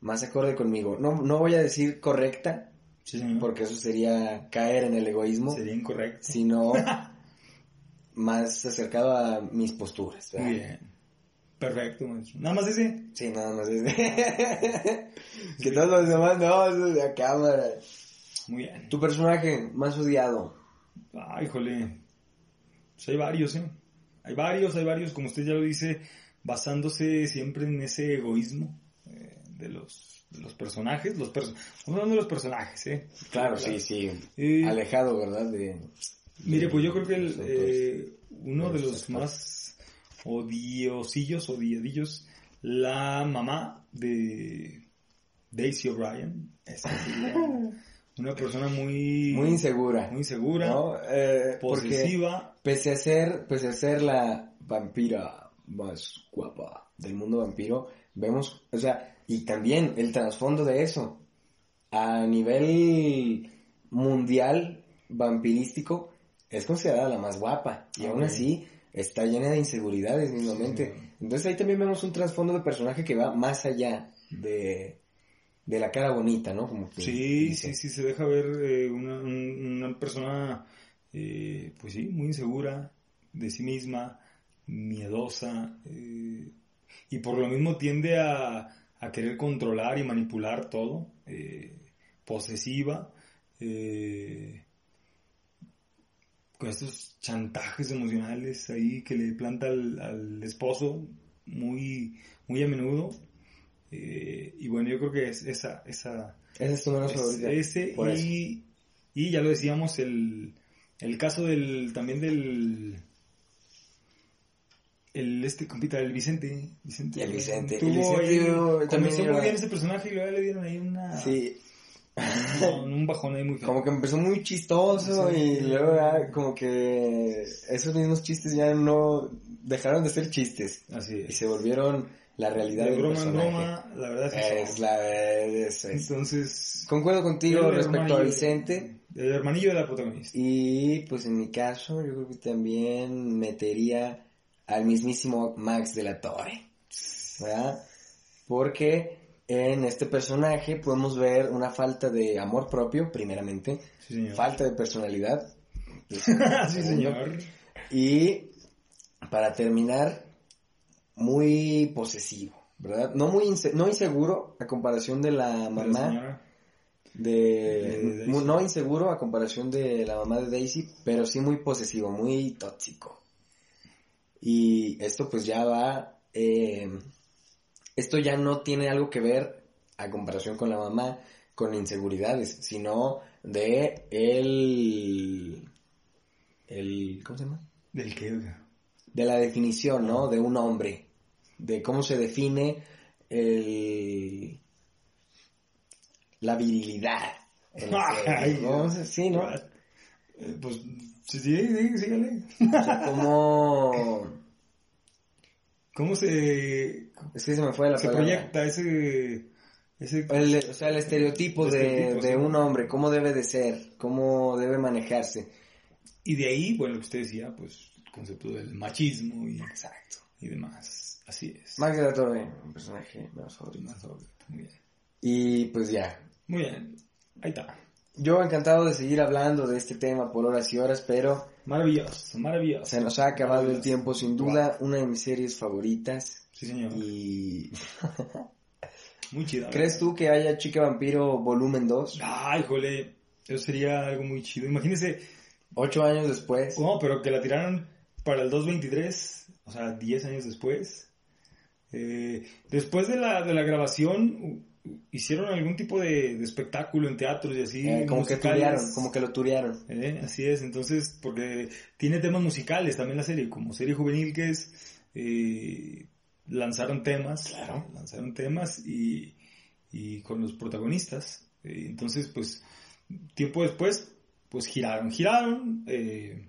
[SPEAKER 1] más acorde conmigo. No, no voy a decir correcta,
[SPEAKER 2] Sí, señor.
[SPEAKER 1] porque eso sería caer en el egoísmo,
[SPEAKER 2] Sería incorrecto. <laughs>
[SPEAKER 1] sino más acercado a mis posturas. ¿verdad?
[SPEAKER 2] Muy bien. Perfecto, maestro. Nada más ese.
[SPEAKER 1] Sí, nada más es
[SPEAKER 2] <laughs>
[SPEAKER 1] que todos los demás no, eso es la cámara.
[SPEAKER 2] Muy bien.
[SPEAKER 1] Tu personaje más odiado.
[SPEAKER 2] Ah, híjole. Pues hay varios, ¿eh? Hay varios, hay varios, como usted ya lo dice, basándose siempre en ese egoísmo eh, de, los, de los personajes. Los perso Estamos hablando de los personajes, ¿eh?
[SPEAKER 1] Claro, sí, sí.
[SPEAKER 2] Eh,
[SPEAKER 1] Alejado, ¿verdad? De,
[SPEAKER 2] Mire, pues yo creo que el,
[SPEAKER 1] Los autores.
[SPEAKER 2] eh, uno
[SPEAKER 1] de
[SPEAKER 2] de
[SPEAKER 1] los
[SPEAKER 2] los más odiosillos, odiadillos, la mamá de Daisy O'Brien, esa sí era una persona muy,
[SPEAKER 1] muy insegura.
[SPEAKER 2] muy insegura,
[SPEAKER 1] ¿no? Eh, porque
[SPEAKER 2] posesiva,
[SPEAKER 1] pese a ser, pese a ser la vampira más guapa del mundo vampiro, vemos, o sea, y también el trasfondo de eso. A nivel mundial vampirístico, es considerada la más guapa. Y aún
[SPEAKER 2] Ok.
[SPEAKER 1] así, está llena de inseguridades mismamente.
[SPEAKER 2] Sí.
[SPEAKER 1] Entonces ahí también vemos un trasfondo de personaje que va más allá de, de la cara bonita, ¿no? Como que
[SPEAKER 2] sí,
[SPEAKER 1] dice.
[SPEAKER 2] sí, sí, se deja ver eh, una, un- una persona, eh, pues sí, muy insegura de sí misma, miedosa, eh, y por lo mismo tiende a, a querer controlar y manipular todo, eh, posesiva, eh, con estos chantajes emocionales ahí que le planta al, al esposo muy, muy a menudo. eh, y bueno, yo creo que es esa, esa,
[SPEAKER 1] Esa es tu menos
[SPEAKER 2] es-
[SPEAKER 1] favorita.
[SPEAKER 2] ese
[SPEAKER 1] Por eso.
[SPEAKER 2] y, y ya lo decíamos, el, el caso del también del el este compita, el Vicente. Vicente
[SPEAKER 1] El Vicente, el
[SPEAKER 2] Tuvo
[SPEAKER 1] Vicente,
[SPEAKER 2] ahí-
[SPEAKER 1] yo también
[SPEAKER 2] comenzó
[SPEAKER 1] iba-
[SPEAKER 2] muy bien ese personaje y luego le dieron ahí una
[SPEAKER 1] Sí,
[SPEAKER 2] un, un bajón ahí muy feo.
[SPEAKER 1] como que empezó muy chistoso
[SPEAKER 2] Sí.
[SPEAKER 1] y luego ya como que esos mismos chistes ya no dejaron de ser chistes
[SPEAKER 2] Así
[SPEAKER 1] y
[SPEAKER 2] es.
[SPEAKER 1] se volvieron la realidad
[SPEAKER 2] De
[SPEAKER 1] del
[SPEAKER 2] broma en
[SPEAKER 1] personaje.
[SPEAKER 2] broma, la verdad es que
[SPEAKER 1] Es la es- es.
[SPEAKER 2] entonces
[SPEAKER 1] Concuerdo
[SPEAKER 2] era
[SPEAKER 1] contigo
[SPEAKER 2] el
[SPEAKER 1] respecto a
[SPEAKER 2] hermanillo-
[SPEAKER 1] Vicente
[SPEAKER 2] El hermanillo de la protagonista.
[SPEAKER 1] y pues en mi caso yo creo que también metería al mismísimo Max de la Torre, ¿verdad? Porque en este personaje podemos ver una falta de amor propio, primeramente,
[SPEAKER 2] Sí, señor.
[SPEAKER 1] falta de personalidad.
[SPEAKER 2] <laughs> sí, señor.
[SPEAKER 1] Y para terminar, muy posesivo, ¿verdad? No muy inse- no inseguro a comparación de la
[SPEAKER 2] La
[SPEAKER 1] mamá
[SPEAKER 2] señora. de
[SPEAKER 1] de,
[SPEAKER 2] Daisy.
[SPEAKER 1] mu- no inseguro a comparación de la mamá de Daisy, pero sí muy posesivo, muy tóxico. Y esto pues ya va eh, esto ya no tiene algo que ver a comparación con la mamá con inseguridades, sino de el el ¿cómo se llama?
[SPEAKER 2] Del que, oiga.
[SPEAKER 1] de la definición, ¿no? De un hombre, de cómo se define el... la virilidad. en la
[SPEAKER 2] <laughs> Ay,
[SPEAKER 1] serie, ¿no? Sí,
[SPEAKER 2] <laughs>
[SPEAKER 1] ¿no?
[SPEAKER 2] Eh, Pues sí, sí, sí, sígale.
[SPEAKER 1] O sea, cómo...
[SPEAKER 2] ¿Cómo se,
[SPEAKER 1] Es que se me fue la
[SPEAKER 2] se
[SPEAKER 1] palabra.
[SPEAKER 2] proyecta ese... ese
[SPEAKER 1] Pues, El- o sea, el estereotipo
[SPEAKER 2] El
[SPEAKER 1] de,
[SPEAKER 2] estereotipo,
[SPEAKER 1] de
[SPEAKER 2] sí.
[SPEAKER 1] un hombre, cómo debe de ser, cómo debe manejarse.
[SPEAKER 2] y de ahí, bueno, lo que usted decía, pues el concepto del machismo y,
[SPEAKER 1] Exacto.
[SPEAKER 2] y demás. Así es.
[SPEAKER 1] Max de la Torre, un personaje menos favorito.
[SPEAKER 2] Más doble. Muy bien.
[SPEAKER 1] Y pues ya,
[SPEAKER 2] Muy bien. Ahí está.
[SPEAKER 1] yo encantado de seguir hablando de este tema por horas y horas, pero
[SPEAKER 2] Maravilloso, maravilloso.
[SPEAKER 1] Se nos ha acabado el tiempo, sin duda, una de mis series favoritas.
[SPEAKER 2] Sí, señor.
[SPEAKER 1] Y...
[SPEAKER 2] Muy chido.
[SPEAKER 1] ¿Crees tú que haya Chica Vampiro volumen 2?
[SPEAKER 2] Ay, jole. Eso sería algo muy chido. Imagínese,
[SPEAKER 1] Ocho años después.
[SPEAKER 2] No, pero que la tiraron para el 223, o sea, 10 años después. Eh, después de la, de la grabación, u- u- hicieron algún tipo de, de espectáculo en teatros y así.
[SPEAKER 1] eh, como que
[SPEAKER 2] musicales.
[SPEAKER 1] turearon, como que lo turearon.
[SPEAKER 2] Eh, así es, entonces, porque tiene temas musicales también la serie, como serie juvenil que es, eh, lanzaron temas,
[SPEAKER 1] Claro.
[SPEAKER 2] lanzaron temas y, y con los protagonistas. Eh, entonces, pues, tiempo después, pues giraron, giraron eh,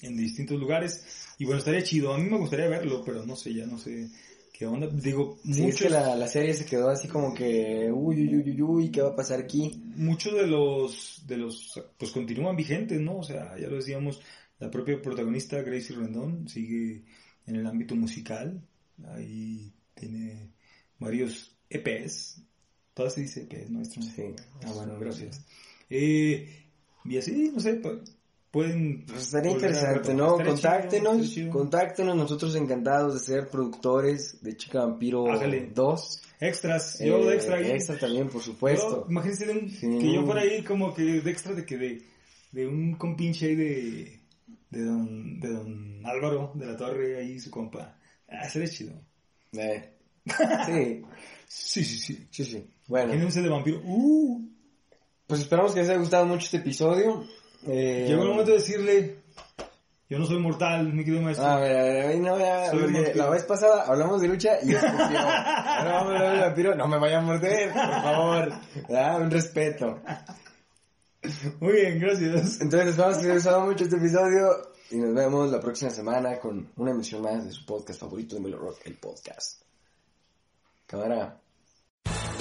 [SPEAKER 2] en distintos lugares y bueno, estaría chido, a mí me gustaría verlo, pero no sé, ya no sé qué onda. Digo,
[SPEAKER 1] Sí, es
[SPEAKER 2] muchos,
[SPEAKER 1] que la, la serie se quedó así como que, uy, uy, uy, uy, uy, ¿qué va a pasar aquí?
[SPEAKER 2] muchos de los de los pues continúan vigentes, ¿no? O sea, ya lo decíamos, la propia protagonista Gracie Rendón sigue en el ámbito musical, ahí tiene varios EPs, todas se dice EPs, maestro.
[SPEAKER 1] Sí.
[SPEAKER 2] Ah, bueno, gracias. Eh, y así, no sé, pu- pueden
[SPEAKER 1] Pues estaría
[SPEAKER 2] volver a
[SPEAKER 1] interesante,
[SPEAKER 2] retomar.
[SPEAKER 1] ¿no?
[SPEAKER 2] este Estaría chido,
[SPEAKER 1] Contáctenos,
[SPEAKER 2] estaría chido.
[SPEAKER 1] contáctenos, nosotros encantados de ser productores de Chica Vampiro
[SPEAKER 2] Hágale.
[SPEAKER 1] 2.
[SPEAKER 2] extras, yo
[SPEAKER 1] Eh,
[SPEAKER 2] de extra ahí.
[SPEAKER 1] extra también, por
[SPEAKER 2] Yo,
[SPEAKER 1] supuesto.
[SPEAKER 2] imagínense de un-
[SPEAKER 1] Sí.
[SPEAKER 2] que yo por ahí como que de extra de que de de un compinche ahí de, de, don, de don Álvaro de la Torre, ahí su compa. Ah, sería chido.
[SPEAKER 1] Eh. Sí,
[SPEAKER 2] Sí, sí, sí.
[SPEAKER 1] sí, sí. Bueno.
[SPEAKER 2] Tiene un set de vampiro. Uh,
[SPEAKER 1] Pues esperamos que les haya gustado mucho este episodio. Eh,
[SPEAKER 2] llegó el momento de decirle: Yo no soy mortal, mi querido maestro.
[SPEAKER 1] Ah, A ver, a ver, a ver, no, ya,
[SPEAKER 2] Soy
[SPEAKER 1] porque
[SPEAKER 2] vampiro.
[SPEAKER 1] la vez pasada hablamos de lucha y escogió. Ahora vamos a hablar de vampiro. No me vaya a morder, por favor. Ah, un respeto.
[SPEAKER 2] Muy bien, gracias.
[SPEAKER 1] Entonces esperamos que les haya gustado mucho este episodio y nos vemos la próxima semana con una emisión más de su podcast favorito de Melo Rock, el podcast. Cámara.